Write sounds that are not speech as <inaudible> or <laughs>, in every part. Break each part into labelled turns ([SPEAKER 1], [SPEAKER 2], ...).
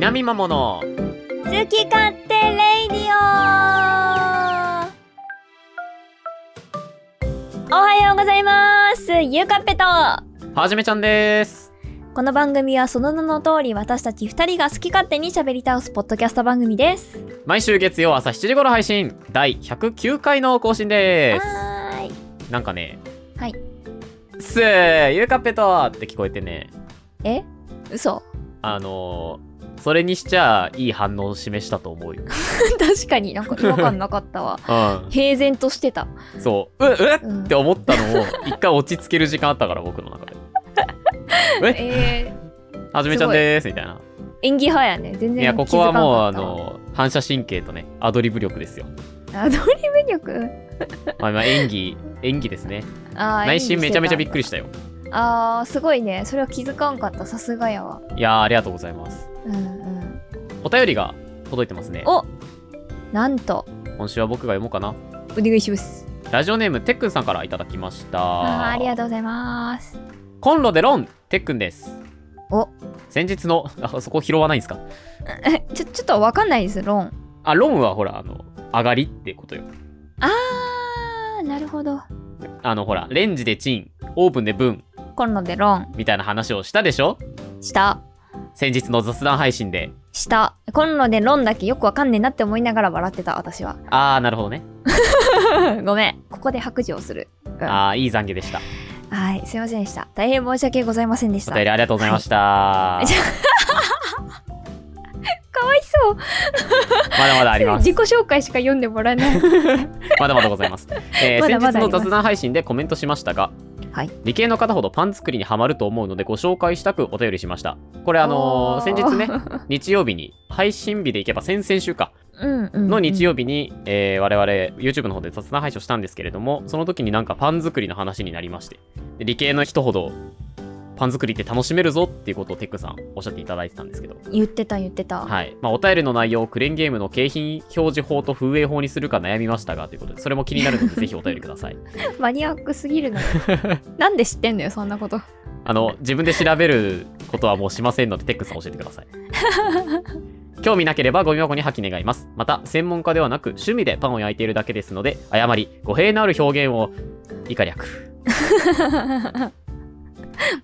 [SPEAKER 1] 南桃の
[SPEAKER 2] 好き勝手レイディオおはようございますゆうかっぺと
[SPEAKER 1] はじめちゃんです
[SPEAKER 2] この番組はその名の通り私たち2人が好き勝手に喋り倒すポッドキャスト番組です
[SPEAKER 1] 毎週月曜朝7時頃配信第109回の更新で
[SPEAKER 2] はーい
[SPEAKER 1] すなんかね
[SPEAKER 2] はい
[SPEAKER 1] すーゆうかっぺとーって聞こえてね
[SPEAKER 2] え嘘 <laughs>
[SPEAKER 1] あのーそれにしちゃいい反応を示したと思うよ。
[SPEAKER 2] 確かになんか違和感なかっ
[SPEAKER 1] <laughs>
[SPEAKER 2] たわ
[SPEAKER 1] う
[SPEAKER 2] 平然としてた、
[SPEAKER 1] ん、そう、う、うっ
[SPEAKER 2] うん
[SPEAKER 1] って思ったのを一回落ち着ける時間あったから僕の中で。え、
[SPEAKER 2] えー、
[SPEAKER 1] はじめちゃんですみたいな。
[SPEAKER 2] 演技派やね全
[SPEAKER 1] い
[SPEAKER 2] 然
[SPEAKER 1] やここはもうあの反射神経とねアドリブ力ですよ。
[SPEAKER 2] あのアドリブ力
[SPEAKER 1] まあ、まあ演技演技ですね。
[SPEAKER 2] あー
[SPEAKER 1] 内心めちゃめちゃびっ
[SPEAKER 2] く
[SPEAKER 1] くりしたよ。
[SPEAKER 2] りあーすごいねそれは気づかんかったさすがやわ
[SPEAKER 1] いやーありがとうございます。
[SPEAKER 2] うんうん
[SPEAKER 1] お便りが届いてますね。
[SPEAKER 2] おなんと
[SPEAKER 1] 今週は僕が読もうかな。
[SPEAKER 2] お願いします
[SPEAKER 1] ラジオネームてっくんさんからいただきました。
[SPEAKER 2] あーありがとうございます
[SPEAKER 1] コンロでロンてっくんです。
[SPEAKER 2] お
[SPEAKER 1] 先日のあそこ拾わないんですか。
[SPEAKER 2] え <laughs> ちょちょっとわかんないですロン
[SPEAKER 1] あロンはほらあの上がりってことよ。
[SPEAKER 2] あーなるほど
[SPEAKER 1] あのほらレンジでチンオーブンでブン
[SPEAKER 2] コンロでロン
[SPEAKER 1] みたいな話をしたでしょ。
[SPEAKER 2] した
[SPEAKER 1] 先日の雑談配信で。
[SPEAKER 2] したコンロでロンだけよくわかんねえなって思いながら笑ってた私は <laughs>
[SPEAKER 1] あーなるほどね。
[SPEAKER 2] ごめんここで白状する、うん
[SPEAKER 1] ああいい懺悔でした。
[SPEAKER 2] はいすいませんでした大変申し訳ございませんでし
[SPEAKER 1] お
[SPEAKER 2] た
[SPEAKER 1] 便りありがとうございました。
[SPEAKER 2] <laughs> かわいそう
[SPEAKER 1] まだまだあります
[SPEAKER 2] 自。己紹介しか読んでもらえない
[SPEAKER 1] <laughs> まだまだございます。えー
[SPEAKER 2] まだまだありま
[SPEAKER 1] 先
[SPEAKER 2] す
[SPEAKER 1] 日の雑談配信でコメントしましたが、
[SPEAKER 2] はい
[SPEAKER 1] 理系の方ほどパン作りにはまると思うのでご紹介したくお便りしました。これあのー
[SPEAKER 2] おー
[SPEAKER 1] 先日ね日曜日に配信日でいけば先々週か
[SPEAKER 2] うんうん、
[SPEAKER 1] の日
[SPEAKER 2] 曜
[SPEAKER 1] 曜日に、えー我々 YouTube の方で雑談配信をしたんですけれどもその時になんかパン作りの話になりましてで理系の人ほどパン作りって楽しめるぞっていうことをテックさんおっしゃっていただいてたんですけど
[SPEAKER 2] 言ってた言ってた、
[SPEAKER 1] はいまあ、お便りの内容をクレーンゲームの景品表示法と風営法にするか悩みましたがということでそれも気になるのでぜひお便りください
[SPEAKER 2] マニアックすぎ
[SPEAKER 1] <laughs>
[SPEAKER 2] るのよなんで知ってんのよそんなこと
[SPEAKER 1] あの自分で調べることはもうしませんのでテックさん教えてください興味なければゴミ箱に吐き願いますまた専門家ではなく趣味でパンを焼いているだけですので誤り語弊のある表現を以下略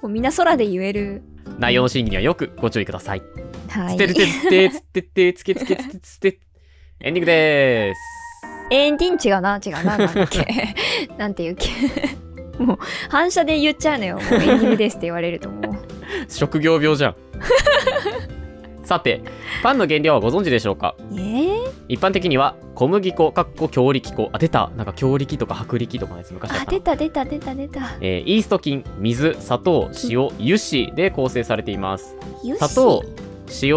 [SPEAKER 2] もうみんな空で言える
[SPEAKER 1] 内容の審議にはよくご注意ください、
[SPEAKER 2] は
[SPEAKER 1] つてるてってつってってつけつけつけつけエンディングでーす
[SPEAKER 2] エンディン違うな違うななんだ
[SPEAKER 1] <laughs>
[SPEAKER 2] っけなんていうっけ <laughs> もう反射で言っちゃうのよもうエンディングですって言われるともう
[SPEAKER 1] 職業病 <laughs> じゃんさてパンの原料はご存知でしょうか
[SPEAKER 2] えー、
[SPEAKER 1] 一般的には小麦粉かっこ強力粉あ出たなんか強力とか薄力とかのやつ昔あ
[SPEAKER 2] あ
[SPEAKER 1] った
[SPEAKER 2] 出
[SPEAKER 1] な
[SPEAKER 2] た出た出た出た
[SPEAKER 1] えーイースト菌水砂糖塩油脂で構成されています
[SPEAKER 2] よし
[SPEAKER 1] 砂糖塩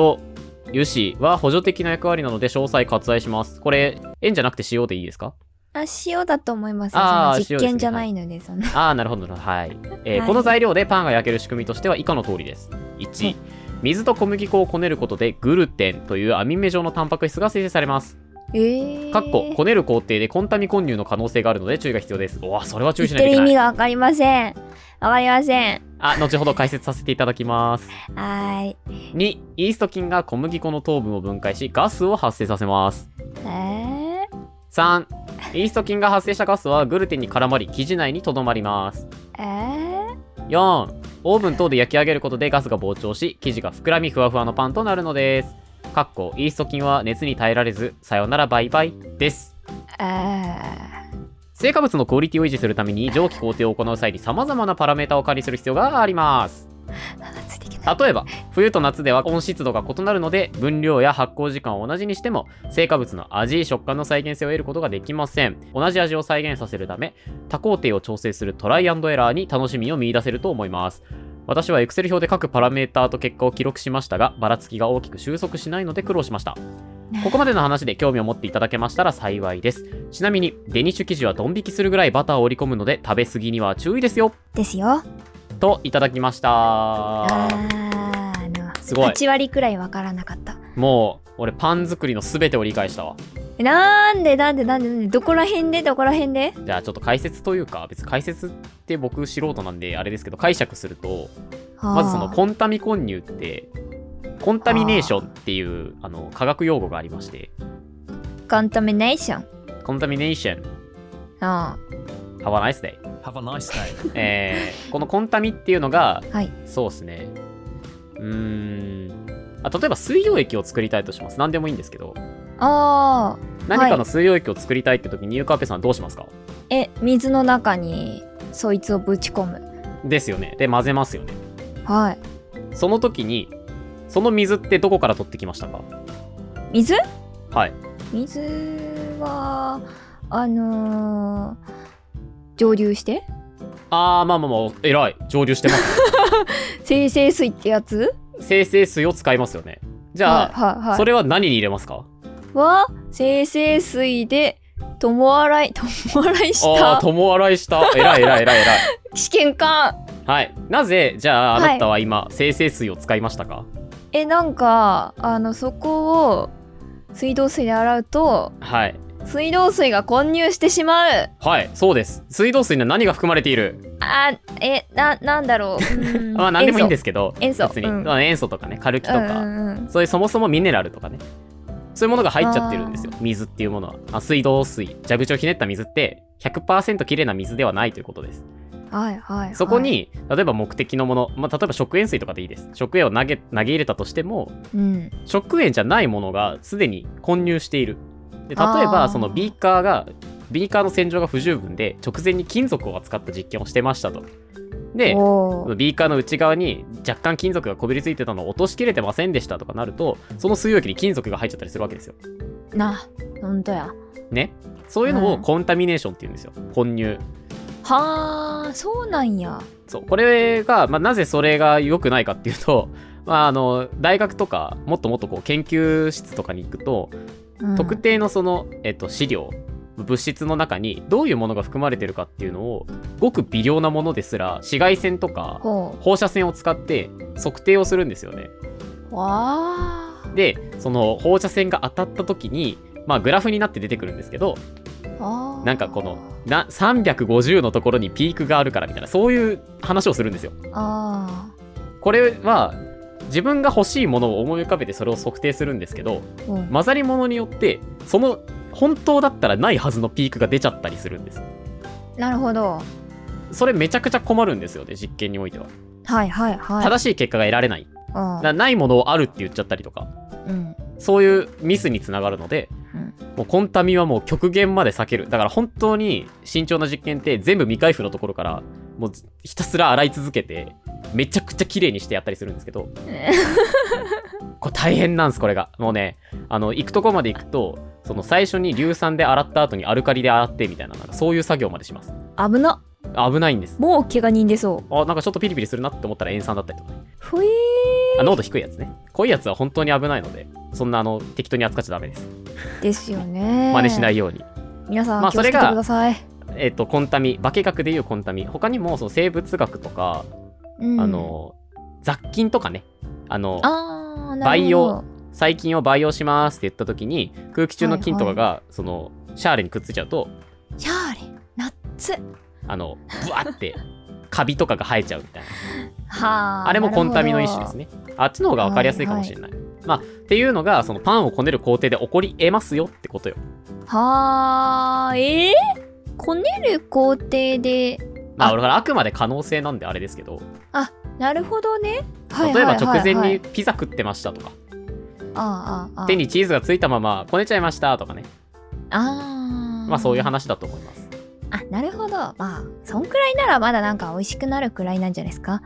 [SPEAKER 1] 油脂は補助的な役割なので詳細割愛しますこれ円じゃなくて塩でいいですか
[SPEAKER 2] あ塩だと思いますそ
[SPEAKER 1] あー塩
[SPEAKER 2] の実
[SPEAKER 1] ですね
[SPEAKER 2] 験じゃないのでそんな
[SPEAKER 1] ああなるほどなるほどはい、えー
[SPEAKER 2] はい
[SPEAKER 1] この材料でパンが焼ける仕組みとしては以下の通りです
[SPEAKER 2] は
[SPEAKER 1] 1
[SPEAKER 2] い
[SPEAKER 1] 水と小麦粉をこねることでグルテンという網目状のタンパク質が生成されます
[SPEAKER 2] えー、
[SPEAKER 1] かっここねる工程でコンタミ混入の可能性があるので注意が必要ですおわそれは注
[SPEAKER 2] 言
[SPEAKER 1] 意
[SPEAKER 2] っ
[SPEAKER 1] しないとい
[SPEAKER 2] てる意
[SPEAKER 1] けな
[SPEAKER 2] 味
[SPEAKER 1] い
[SPEAKER 2] がわかりませんわかりません
[SPEAKER 1] あ後ほど解説させていただきます
[SPEAKER 2] はーい
[SPEAKER 1] 2イースト菌が小麦粉の糖分を分解しガスを発生させます
[SPEAKER 2] えー、
[SPEAKER 1] 3イースト菌が発生したガスはグルテンに絡まり生地内にとどまります
[SPEAKER 2] えー、
[SPEAKER 1] 4オーブン等で焼き上げることでガスが膨張し生地が膨らみふわふわのパンとなるのですかっこイースト菌は熱に耐えられずさよならバイバイです
[SPEAKER 2] あ
[SPEAKER 1] 成果物のクオリティを維持するために蒸気工程を行う際に様々なパラメータを管理する必要があります
[SPEAKER 2] ーついていけない
[SPEAKER 1] 例えば冬と夏では温湿度が異なるので分量や発酵時間を同じにしても成果物の味食感の再現性を得ることができません同じ味を再現させるため多工程を調整するトライアンドエラーに楽しみを見出せると思います私は Excel 表で各パラメーターと結果を記録しましたがばらつきが大きく収束しないので苦労し
[SPEAKER 2] <laughs>
[SPEAKER 1] ましたここまでの話で興味を持っていただけましたら幸いですちなみにデニッシュ生地はドン引きするぐらいバターを織り込むので食べ過ぎには注意ですよ
[SPEAKER 2] ですよ
[SPEAKER 1] といただきました
[SPEAKER 2] あーあの
[SPEAKER 1] すごい
[SPEAKER 2] 8割くらいわからなかった
[SPEAKER 1] もう俺パン作りの全てを理解したわ
[SPEAKER 2] えなんでなんでなんでなんでどこら辺でどこら辺で
[SPEAKER 1] じゃあちょっと解説というか別に解説って僕素人なんであれですけど解釈するとまずその
[SPEAKER 2] はあ
[SPEAKER 1] コンタミ混入ってコンタミネーションっていうあの科学用語がありまして
[SPEAKER 2] コンタミネーション
[SPEAKER 1] コンタミネーション
[SPEAKER 2] あ
[SPEAKER 1] Have a nice day
[SPEAKER 3] Have a nice day.
[SPEAKER 1] えーこのコンタミっていうのが、
[SPEAKER 2] はい
[SPEAKER 1] そうですねうーんあ例えば水溶液を作りたいとします何でもいいんですけど
[SPEAKER 2] あああ
[SPEAKER 1] 何かの水溶液を作りたいって時にゆうかぺさんはどうしますか
[SPEAKER 2] え水の中にそいつをぶち込む
[SPEAKER 1] ですよねで混ぜますよね
[SPEAKER 2] はい
[SPEAKER 1] その時にその水ってどこから取ってきましたか
[SPEAKER 2] 水
[SPEAKER 1] はい
[SPEAKER 2] 水はあのー蒸留して
[SPEAKER 1] あーまあまあまあ偉い蒸留して
[SPEAKER 2] <laughs>
[SPEAKER 1] ます
[SPEAKER 2] 生成水ってやつ
[SPEAKER 1] 生成水を使いますよねじゃあ、
[SPEAKER 2] はいはいはい
[SPEAKER 1] それは何に入れますか
[SPEAKER 2] は生成水で友洗い <laughs> 友洗いし
[SPEAKER 1] ああー
[SPEAKER 2] た
[SPEAKER 1] 共洗いした偉い偉い偉い偉い
[SPEAKER 2] 試験管
[SPEAKER 1] はいなぜじゃああ
[SPEAKER 2] はい
[SPEAKER 1] なたは今、生成水を使いましたか
[SPEAKER 2] えなんかあのそこを水道水で洗うと
[SPEAKER 1] はい
[SPEAKER 2] 水道水が混入してしまう
[SPEAKER 1] はい、そうです。水道水には何が含まれている、
[SPEAKER 2] あえななんだろう
[SPEAKER 1] <laughs>
[SPEAKER 2] うん
[SPEAKER 1] まあ何でもいいんですすけど、
[SPEAKER 2] 塩素
[SPEAKER 1] 別に、
[SPEAKER 2] うん
[SPEAKER 1] まあ塩素とかね、カルキとか、
[SPEAKER 2] うんうんうん
[SPEAKER 1] そういうそもそもミネラルとかね、そういうものが入っちゃってるんですよ、水っていうものは。あ水道水、蛇口をひねった水って、100%きれいな水ではないということです。
[SPEAKER 2] はいはい、はい、
[SPEAKER 1] そこに、例えば目的のもの、まあ、例えば食塩水とかでいいです。食塩を投げ投げ入れたとしても、
[SPEAKER 2] うん
[SPEAKER 1] 食塩じゃないものがすでに混入している。で例え
[SPEAKER 2] あ
[SPEAKER 1] ば
[SPEAKER 2] ー
[SPEAKER 1] そのビーカーがビーカーの洗浄が不十分で直前に金属を扱った実験をしてましたと。で
[SPEAKER 2] おー
[SPEAKER 1] ビーカーの内側に若干金属がこびりついてたのを落としきれてませんでしたとかなるとその水溶液に金属が入っちゃったりするわけですよ。
[SPEAKER 2] なほんとや
[SPEAKER 1] ね。そういうのを
[SPEAKER 2] うん
[SPEAKER 1] コンタミネーションって言うんですよ。混入。
[SPEAKER 2] はあそうなんや
[SPEAKER 1] そうこれが、まあ、なぜそれが良くないかっていうと、 <laughs> まあ、あの大学とかもっともっとこう研究室とかに行くと
[SPEAKER 2] うん
[SPEAKER 1] 特定のその、えっと、資料物質の中にどういうものが含まれてるかっていうのをごく微量なものですら紫外線とか
[SPEAKER 2] ほ
[SPEAKER 1] 放射線を使って測定をするんですよね。
[SPEAKER 2] うわあ
[SPEAKER 1] でその放射線が当たった時にまあグラフになって出てくるんですけど
[SPEAKER 2] あー
[SPEAKER 1] なんかこのな350のところにピークがあるからみたいなそういう話をするんですよ。
[SPEAKER 2] あ
[SPEAKER 1] これは自分が欲しいものを思い浮かべてそれを測定するんですけど
[SPEAKER 2] あうん
[SPEAKER 1] 混ざり物によってその本当だったらないはずのピークが出ちゃったりするんです。
[SPEAKER 2] なるほど
[SPEAKER 1] それめちゃくちゃ困るんですよね実験においては
[SPEAKER 2] はいはいはい
[SPEAKER 1] 正しい結果が得られない、
[SPEAKER 2] あ
[SPEAKER 1] なないものをあるって言っちゃったりとか
[SPEAKER 2] ーうん <laughs>
[SPEAKER 1] そういうミスにつながるので、
[SPEAKER 2] うん
[SPEAKER 1] もうコンタミはもう極限まで避けるだから本当に慎重な実験って全部未開封のところからもうひたすら洗い続けてめちゃくちゃ綺麗にしてやったりするんですけどこれ大変なんですこれがもうねあの行くとこまで行くとその最初に硫酸で洗った後にアルカリで洗ってみたいななんかそういう作業までします
[SPEAKER 2] 危な
[SPEAKER 1] 危ないんです
[SPEAKER 2] もう怪我人出そう
[SPEAKER 1] あなんかちょっとピリピリするなって思ったら塩酸だったりとか
[SPEAKER 2] ふい
[SPEAKER 1] あ濃度低いやつね濃いやつは本当に危ないのでそんなあの適当に扱っちゃダメです
[SPEAKER 2] ーですよね
[SPEAKER 1] 真似しないいように、
[SPEAKER 2] 皆さん、
[SPEAKER 1] まあ
[SPEAKER 2] 気をつけて
[SPEAKER 1] それが
[SPEAKER 2] ください、
[SPEAKER 1] えっ、とコンタミ化学でいうコンタミ他にもその生物学とか、
[SPEAKER 2] うん、
[SPEAKER 1] あの雑菌とかねあの
[SPEAKER 2] あーなるほど
[SPEAKER 1] 培養細菌を培養しますって言った時に空気中の菌とかが、そのシャーレにくっついちゃうと
[SPEAKER 2] シャーレナッツ
[SPEAKER 1] あのブワ
[SPEAKER 2] <laughs>
[SPEAKER 1] ってカビとかが生えちゃうみたいな
[SPEAKER 2] はー
[SPEAKER 1] あれもコンタミの一種です
[SPEAKER 2] ね
[SPEAKER 1] ねあっちの方が分かりやすいかもしれない、まあっていうのがそのパンをこねる工程で起こり得ますよってことよ
[SPEAKER 2] はーえー、こねる工程で
[SPEAKER 1] まあ、
[SPEAKER 2] あ
[SPEAKER 1] だからあくまで可能性なんであれですけど、
[SPEAKER 2] なるほどね
[SPEAKER 1] 例えば直前
[SPEAKER 2] はいはいはいは
[SPEAKER 1] に
[SPEAKER 2] い
[SPEAKER 1] ピザ食ってましたとか、
[SPEAKER 2] あーあーあー
[SPEAKER 1] 手にチーズがついたままこねちゃいましたとかね、
[SPEAKER 2] あー
[SPEAKER 1] まあそういう話だと思い
[SPEAKER 2] <laughs>
[SPEAKER 1] ます。
[SPEAKER 2] あなるほどまあそんくらいならまだなんか美味しくなるくらいなんじゃないですか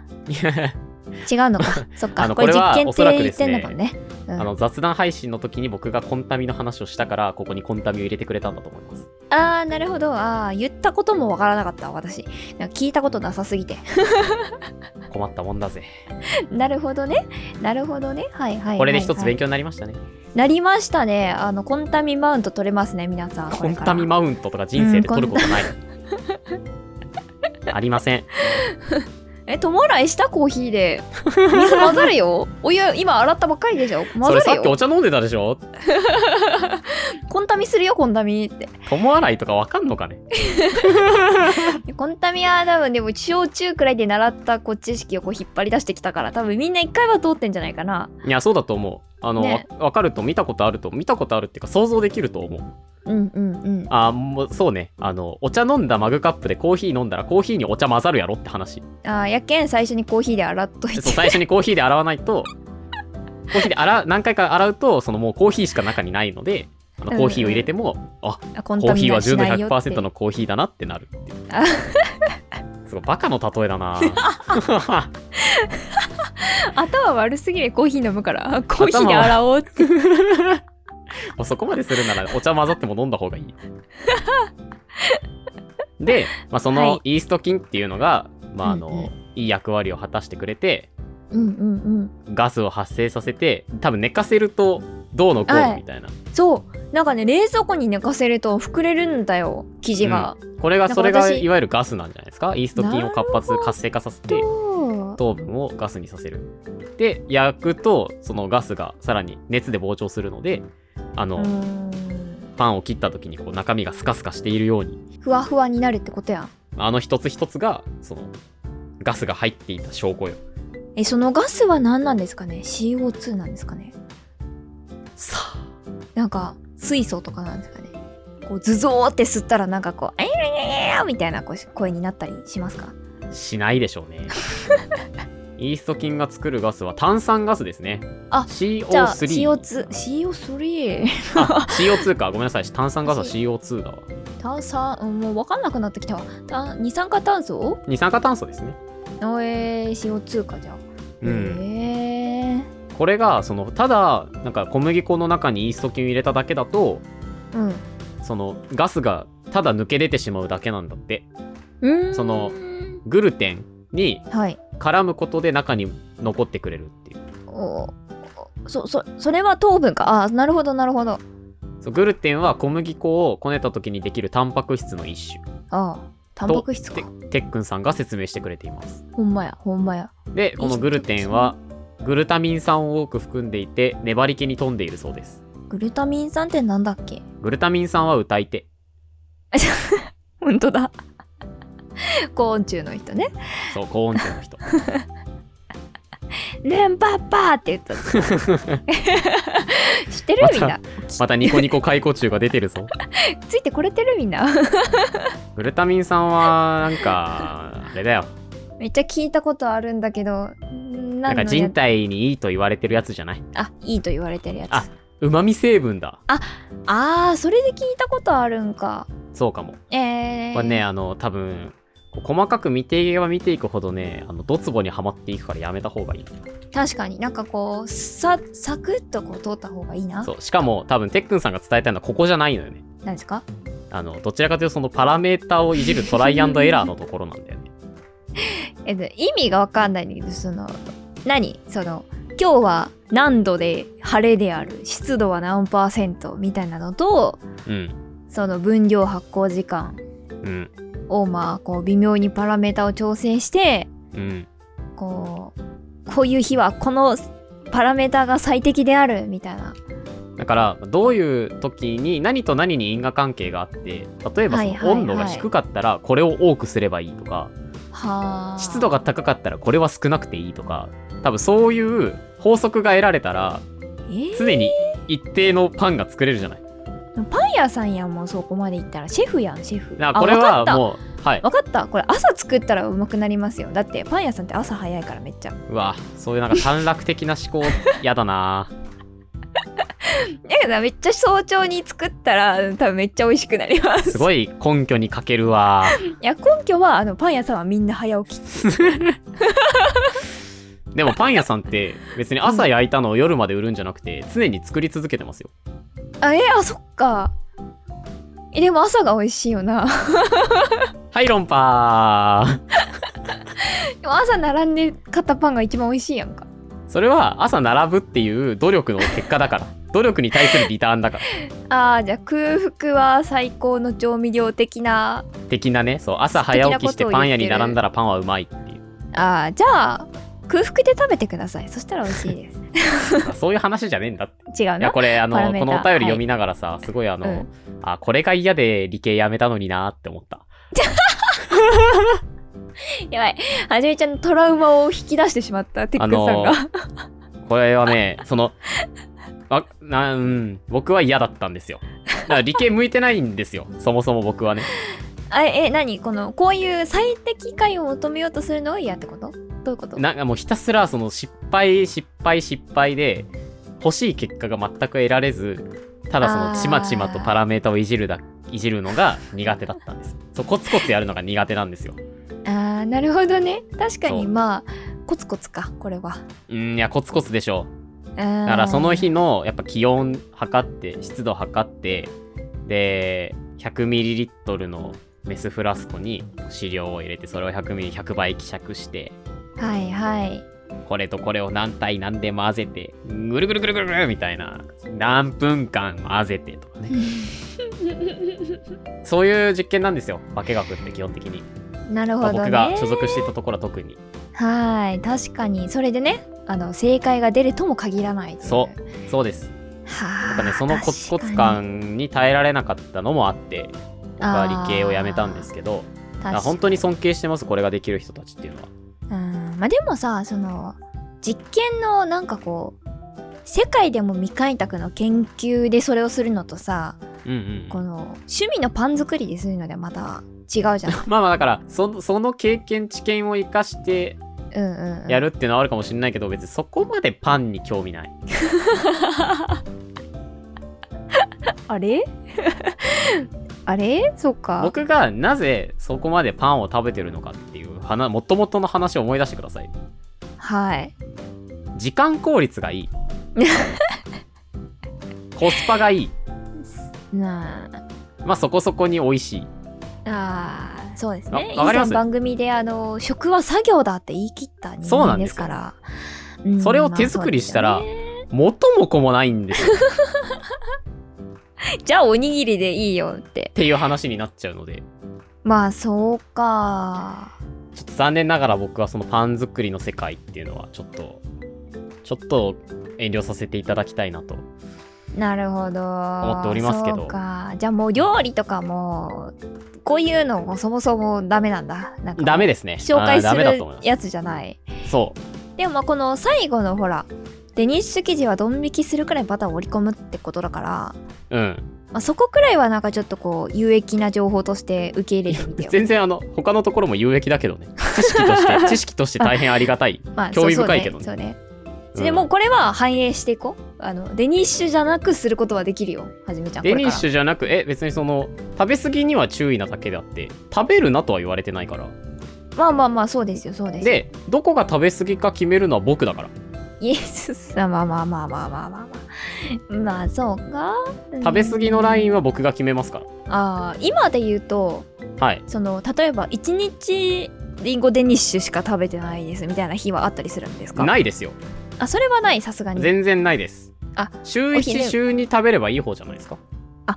[SPEAKER 2] 違う
[SPEAKER 1] <laughs>
[SPEAKER 2] のかそっ
[SPEAKER 1] あ
[SPEAKER 2] か
[SPEAKER 1] の
[SPEAKER 2] こ
[SPEAKER 1] こ
[SPEAKER 2] れ
[SPEAKER 1] れは
[SPEAKER 2] 実験
[SPEAKER 1] お
[SPEAKER 2] っ
[SPEAKER 1] そらく
[SPEAKER 2] て
[SPEAKER 1] で
[SPEAKER 2] 言っ
[SPEAKER 1] す
[SPEAKER 2] てん
[SPEAKER 1] ね
[SPEAKER 2] だもんねう
[SPEAKER 1] あ
[SPEAKER 2] ん
[SPEAKER 1] の雑談配信の時に僕がコンタミの話をしたから、ここにコンタミを入れてくれたんだと思います。
[SPEAKER 2] あーなるほどあー言ったこともわからなかった私なんか聞いたことなさすぎて
[SPEAKER 1] 困ったもんだぜ。
[SPEAKER 2] なるほどねなるほどねはいはいはい、はい、
[SPEAKER 1] これで一つ勉強になりましたね。
[SPEAKER 2] なりましたねあのコンタミマウント取れますね皆さんこ
[SPEAKER 1] コ
[SPEAKER 2] れ
[SPEAKER 1] ン
[SPEAKER 2] から
[SPEAKER 1] タミマウン <laughs> トとか人生で取ることない。ありません。
[SPEAKER 2] え友来したコーヒーで水混ざるよお湯今洗ったばっかりでしょ
[SPEAKER 1] そ
[SPEAKER 2] 混
[SPEAKER 1] れ
[SPEAKER 2] ざ
[SPEAKER 1] さ
[SPEAKER 2] る
[SPEAKER 1] っきお
[SPEAKER 2] よ
[SPEAKER 1] 茶飲んでたでしょ
[SPEAKER 2] コンタミするよコンタミって
[SPEAKER 1] 友洗いとかわかんのかね
[SPEAKER 2] コンタミは多分でも小中くらいで習ったこう知識をこう引っ張り出してきたから多分みんな一回は通ってんじゃないかない
[SPEAKER 1] やそうだと思うあの、
[SPEAKER 2] ね
[SPEAKER 1] わわかると見たことあると見たことあるっていうか想像できると思う
[SPEAKER 2] うんうんうん
[SPEAKER 1] あもうそうねあのお茶飲んだマグカップでコーヒー飲んだらコーヒーにお茶混ざるやろって話
[SPEAKER 2] あーやけん最初にコーヒーで洗っとい
[SPEAKER 1] で
[SPEAKER 2] て
[SPEAKER 1] そう最初にコーヒーで洗わないとコーヒーで洗う何回か洗うとそのもうコーヒーしか中にないのであの
[SPEAKER 2] うん
[SPEAKER 1] コーヒーを入れても、あ
[SPEAKER 2] あコン
[SPEAKER 1] コー
[SPEAKER 2] タミ
[SPEAKER 1] ヒーは
[SPEAKER 2] は
[SPEAKER 1] 純
[SPEAKER 2] し
[SPEAKER 1] 度
[SPEAKER 2] ないよって
[SPEAKER 1] 100%のコーヒーだなってなるっていう
[SPEAKER 2] あ
[SPEAKER 1] すごいバカの例えだ
[SPEAKER 2] <laughs>
[SPEAKER 1] な
[SPEAKER 2] 頭悪すぎるコーヒー飲むからコーヒーで洗おうって
[SPEAKER 1] もうそこまでするならお茶混ざっても飲んだ方がいいで、まあ、そ
[SPEAKER 2] は
[SPEAKER 1] の
[SPEAKER 2] い
[SPEAKER 1] イースト菌っていうのが、まああの
[SPEAKER 2] うんうん
[SPEAKER 1] いい役割を果たしてくれて
[SPEAKER 2] うんうんうん
[SPEAKER 1] ガスを発生させて多分寝かせるとどうのこ
[SPEAKER 2] は
[SPEAKER 1] う
[SPEAKER 2] い
[SPEAKER 1] みたいな、
[SPEAKER 2] そうなんかね冷蔵庫に寝かせると膨れるんだよ生地が、
[SPEAKER 1] これが
[SPEAKER 2] なんか
[SPEAKER 1] それが
[SPEAKER 2] 私
[SPEAKER 1] いわゆるガスなんじゃないですかイースト菌を活発活性化させて
[SPEAKER 2] そう
[SPEAKER 1] 糖分をガスにさせるで焼くとそのガスがさらに熱で膨張するのであの、
[SPEAKER 2] うーん
[SPEAKER 1] パンを切った時にこう中身がスカスカしているように
[SPEAKER 2] ふわふわになるってことやん
[SPEAKER 1] あの一つ一つがそのガスが入っていた証拠よ
[SPEAKER 2] えそのガスは何なんですかね CO2 なんですかね
[SPEAKER 1] さあ
[SPEAKER 2] なんか水素とかなんですかねこうズゾーって吸ったらなんかこう「えーえーえーみたいなこう声になったりしますか
[SPEAKER 1] しないでしょう
[SPEAKER 2] <laughs>
[SPEAKER 1] ねイースト菌が作るガスは炭酸ガスですね
[SPEAKER 2] あじゃあ
[SPEAKER 1] CO3
[SPEAKER 2] CO2CO3
[SPEAKER 1] あ CO2 かごめんなさい炭酸ガスは CO2 だわ
[SPEAKER 2] 炭酸うんもう分かんなくなってきたわた二酸化炭素
[SPEAKER 1] 二酸化炭素ですね
[SPEAKER 2] のえー、CO2 かじゃあ
[SPEAKER 1] うん
[SPEAKER 2] へえ
[SPEAKER 1] これがそのただなんか小麦粉の中にイースト菌を入れただけだと
[SPEAKER 2] うん
[SPEAKER 1] そのガスがただ抜け出てしまうだけなんだって
[SPEAKER 2] うーん
[SPEAKER 1] そのグルテンに
[SPEAKER 2] はい
[SPEAKER 1] 絡むことで中に残ってくれるっていう
[SPEAKER 2] おおそそそれは糖分かあなるほどなるほど
[SPEAKER 1] そうグルテンは小麦粉をこねた時にできるタンパク質の一種
[SPEAKER 2] ああタンパク質か
[SPEAKER 1] とてっくんさんが説明してくれています
[SPEAKER 2] ほんまやほんまや
[SPEAKER 1] でこのグルテンはグルタミン酸を多く含んでいて粘り気に富んでいるそうです
[SPEAKER 2] グルタミン酸ってなんだっけ <laughs>
[SPEAKER 1] グルタミン酸は歌い手
[SPEAKER 2] ほんとだ <laughs> コーン中の人ね
[SPEAKER 1] そう高音程の人
[SPEAKER 2] 「ルンパッパー」って
[SPEAKER 1] <laughs>
[SPEAKER 2] 言った知ってるみんな
[SPEAKER 1] またニコニコ解雇中が出てるぞ
[SPEAKER 2] ついてこれてるみんな <laughs>
[SPEAKER 1] グルタミン酸はなんかあれだよ
[SPEAKER 2] めっちゃ聞いたことあるんだけどん
[SPEAKER 1] なんか
[SPEAKER 2] <laughs> 何のや
[SPEAKER 1] 人
[SPEAKER 2] つ
[SPEAKER 1] 体にいいと言われてるやつじゃない
[SPEAKER 2] あいいと言われてるやつ
[SPEAKER 1] あうまみ成分だ
[SPEAKER 2] あーそれで聞いたことあるんか
[SPEAKER 1] そうかも
[SPEAKER 2] えー、
[SPEAKER 1] これねあの多分こう細かく見ていけば見ていくほどねあのドツボにはまっていくからやめた方がいい
[SPEAKER 2] 確かになんかこうさサクッとこう通った方がいいな
[SPEAKER 1] そうしかも多分てっくんさんが伝えたいのはここじゃないのよね
[SPEAKER 2] なんですか
[SPEAKER 1] あのどちらかというとそのパラメータをいじるトライアンドエラーのところなんだよね
[SPEAKER 2] えっと意味がわかんないんだけどその何その今日は何度で晴れである湿度は何パーセントみたいなのと
[SPEAKER 1] うん
[SPEAKER 2] その分量発酵時間
[SPEAKER 1] うん
[SPEAKER 2] をまあこう微妙にパラメータを調整して
[SPEAKER 1] うん
[SPEAKER 2] こうこういう日はこのパラメータが最適であるみたいな
[SPEAKER 1] だからどういう時に何と何に因果関係があって例えばそ
[SPEAKER 2] はいはい
[SPEAKER 1] の温度が低かったらこれを多くすればいいとか、
[SPEAKER 2] はあ
[SPEAKER 1] 湿度が高かったらこれは少なくていいとか多分そういう法則が得られたら
[SPEAKER 2] えー
[SPEAKER 1] 常に一定のパンが作れるじゃない
[SPEAKER 2] パン屋さんやんもうそこまで行ったらシェフやんシェフ
[SPEAKER 1] だ
[SPEAKER 2] あ
[SPEAKER 1] からこれは
[SPEAKER 2] わかった
[SPEAKER 1] もうはい
[SPEAKER 2] わかったこれ朝作ったらうまくなりますよだってパン屋さんって朝早いからめっちゃ
[SPEAKER 1] うわそういうなんか短絡的な思考やだな <laughs>
[SPEAKER 2] だけどめっちゃ早朝に作ったらうん多分めっちゃ美味しくなります <laughs>
[SPEAKER 1] すごい根拠に欠けるわ
[SPEAKER 2] いや根拠はあのパン屋さんはみんな早起き
[SPEAKER 1] でもパン屋さんって別に朝焼いたのを夜まで売るんじゃなくて常に作り続けてますよ
[SPEAKER 2] あえあそっかえでも朝が美味しいよな <laughs>
[SPEAKER 1] はい論破 <laughs>
[SPEAKER 2] でも朝並んで買ったパンが一番美味しいやんか
[SPEAKER 1] それは朝並ぶっていう努力の結果だから努力に対するリターンだから
[SPEAKER 2] あーじゃあ空腹は最高の調味料的な
[SPEAKER 1] 的なねそう朝早起きして
[SPEAKER 2] 的なことを言ってる
[SPEAKER 1] パン屋に並んだらパンはうまいっていう
[SPEAKER 2] あーじゃあ空腹で食べてくださいそしたら美味しいです
[SPEAKER 1] そういう話じゃねえんだって。
[SPEAKER 2] 違う
[SPEAKER 1] いや
[SPEAKER 2] な
[SPEAKER 1] これあ
[SPEAKER 2] パラ
[SPEAKER 1] の
[SPEAKER 2] メータ
[SPEAKER 1] このお便り読みながらさ、すごいあの、
[SPEAKER 2] うん
[SPEAKER 1] あこれが嫌で理系やめたのになーって思った。
[SPEAKER 2] やばいはじめちゃんのトラウマを引き出してしまったテックさんが、
[SPEAKER 1] あこれはねそのあなうん僕は嫌だったんですよ。だから理系向いてないんですよ <laughs> そもそも僕はね。
[SPEAKER 2] あえ何このこういう最適解を求めようとするのが嫌ってことどういうこと
[SPEAKER 1] なんかもうひたすらその失敗失敗失敗で欲しい結果が全く得られずただそ
[SPEAKER 2] あ
[SPEAKER 1] の
[SPEAKER 2] ー
[SPEAKER 1] ちまちまとパラメータをいじるだいじるのが苦手だったんですそうコツコツやるのが苦手なんですよ
[SPEAKER 2] あーなるほどね確かに
[SPEAKER 1] そう
[SPEAKER 2] まあコツコツかこれは
[SPEAKER 1] うんいやコツコツでしょ
[SPEAKER 2] だ
[SPEAKER 1] だからその日のやっぱ気温測って湿度測ってで 100ml のメスフラスコに飼料を入れてそれを 100ml100 倍希釈して
[SPEAKER 2] はいはい
[SPEAKER 1] これとこれを何対何で混ぜてぐるぐるぐるぐるぐるみたいな何分間混ぜてとかねそういう実験なんですよ化学って基本的に、
[SPEAKER 2] なるほ
[SPEAKER 1] まあ
[SPEAKER 2] どね
[SPEAKER 1] 僕が所属していたところは特に
[SPEAKER 2] はい確かにそれでねあの正解が出るとも限らないとい
[SPEAKER 1] そうそうです
[SPEAKER 2] はあ
[SPEAKER 1] やっぱねそのコツコツ感に耐えられなかったのもあって僕は理系をやめたんですけど
[SPEAKER 2] 確
[SPEAKER 1] あ
[SPEAKER 2] かに
[SPEAKER 1] 本当に尊敬してますこれができる人たちっていうのは
[SPEAKER 2] うんまあでもさその実験のなんかこう世界でも未開拓の研究でそれをするのとさ
[SPEAKER 1] うんうん
[SPEAKER 2] この趣味のパン作りでするのではまた違うじ
[SPEAKER 1] <laughs>
[SPEAKER 2] ゃない
[SPEAKER 1] まあまあだからそその経験知見を生かして
[SPEAKER 2] うんうん、うん、
[SPEAKER 1] やるっていうのはあるかもしれないけど別にそこまでパンに興味ない
[SPEAKER 2] あれ <laughs> あれそっか
[SPEAKER 1] 僕がなぜそこまでパンを食べてるのかっていう話もともとの話を思い出してください
[SPEAKER 2] はい
[SPEAKER 1] 時間効率 <laughs> がいいコスパがいい
[SPEAKER 2] なあ
[SPEAKER 1] まあそこそこに美味しい
[SPEAKER 2] あーそうですね以
[SPEAKER 1] あわかりま
[SPEAKER 2] 前
[SPEAKER 1] す
[SPEAKER 2] 番組であの食は作業だって言い切った人
[SPEAKER 1] そうな
[SPEAKER 2] 間
[SPEAKER 1] ん
[SPEAKER 2] で
[SPEAKER 1] ですす
[SPEAKER 2] か
[SPEAKER 1] よ
[SPEAKER 2] ら
[SPEAKER 1] それを手作りしたら
[SPEAKER 2] うんまあそうですよね
[SPEAKER 1] 元も子もないんですよっ
[SPEAKER 2] じゃあおにぎりでいいよって
[SPEAKER 1] ていう話になっちゃうので
[SPEAKER 2] まあそうか
[SPEAKER 1] ちょっと残念ながら僕はそのパン作りの世界っていうのはちょっとちょっと遠慮させていただきたいなと
[SPEAKER 2] なるほど
[SPEAKER 1] 思っておりますけど
[SPEAKER 2] そうかじゃあもう料理とかもこういうのもそもそもダメなんだなんか
[SPEAKER 1] ダメですね
[SPEAKER 2] 紹
[SPEAKER 1] あ
[SPEAKER 2] 介
[SPEAKER 1] ー
[SPEAKER 2] す
[SPEAKER 1] ダメだと思い
[SPEAKER 2] る
[SPEAKER 1] ま
[SPEAKER 2] やつじゃない
[SPEAKER 1] すそう
[SPEAKER 2] でもまあこの最後のほらデニッシュ生地はドン引きするくらいバターを折り込むってことだか
[SPEAKER 1] う
[SPEAKER 2] ら、
[SPEAKER 1] ん、
[SPEAKER 2] まあ、そこくらいはなんかちょっとこう有益な情報として受け入れてみ
[SPEAKER 1] <laughs>
[SPEAKER 2] てよ。
[SPEAKER 1] 全然あの他のところも有益だけどね知識と
[SPEAKER 2] <laughs>
[SPEAKER 1] して知識として大変ありがたい、
[SPEAKER 2] まあ、
[SPEAKER 1] 興味深いけどね
[SPEAKER 2] そうそうね。そうね
[SPEAKER 1] ん
[SPEAKER 2] でもうこれは反映していこう。あのデニッシュじゃなくすることはできるよ。はじめちゃん。
[SPEAKER 1] デニッシ
[SPEAKER 2] ュ
[SPEAKER 1] ュじゃなくえ別にその食べ過ぎには注意なだけであって食べるなとは言われてないから
[SPEAKER 2] まあまあまあそうですよそうですよ。
[SPEAKER 1] でどこが食べ過ぎか決めるのは僕だから
[SPEAKER 2] イエスさまあまあまあまあまあまあまあまあそうか。
[SPEAKER 1] 食べ過ぎのライン
[SPEAKER 2] は。
[SPEAKER 1] は僕が決めますから
[SPEAKER 2] ああ今で言うと
[SPEAKER 1] はい
[SPEAKER 2] その例えば一日リンゴデニッシュしか食べてないですみたいな日はあったりするんですか。。
[SPEAKER 1] ないいですよ
[SPEAKER 2] あそれはないさすがに。
[SPEAKER 1] 全然ないです
[SPEAKER 2] あ
[SPEAKER 1] 週
[SPEAKER 2] お昼
[SPEAKER 1] 1週2食べればいい方じゃないですか
[SPEAKER 2] あ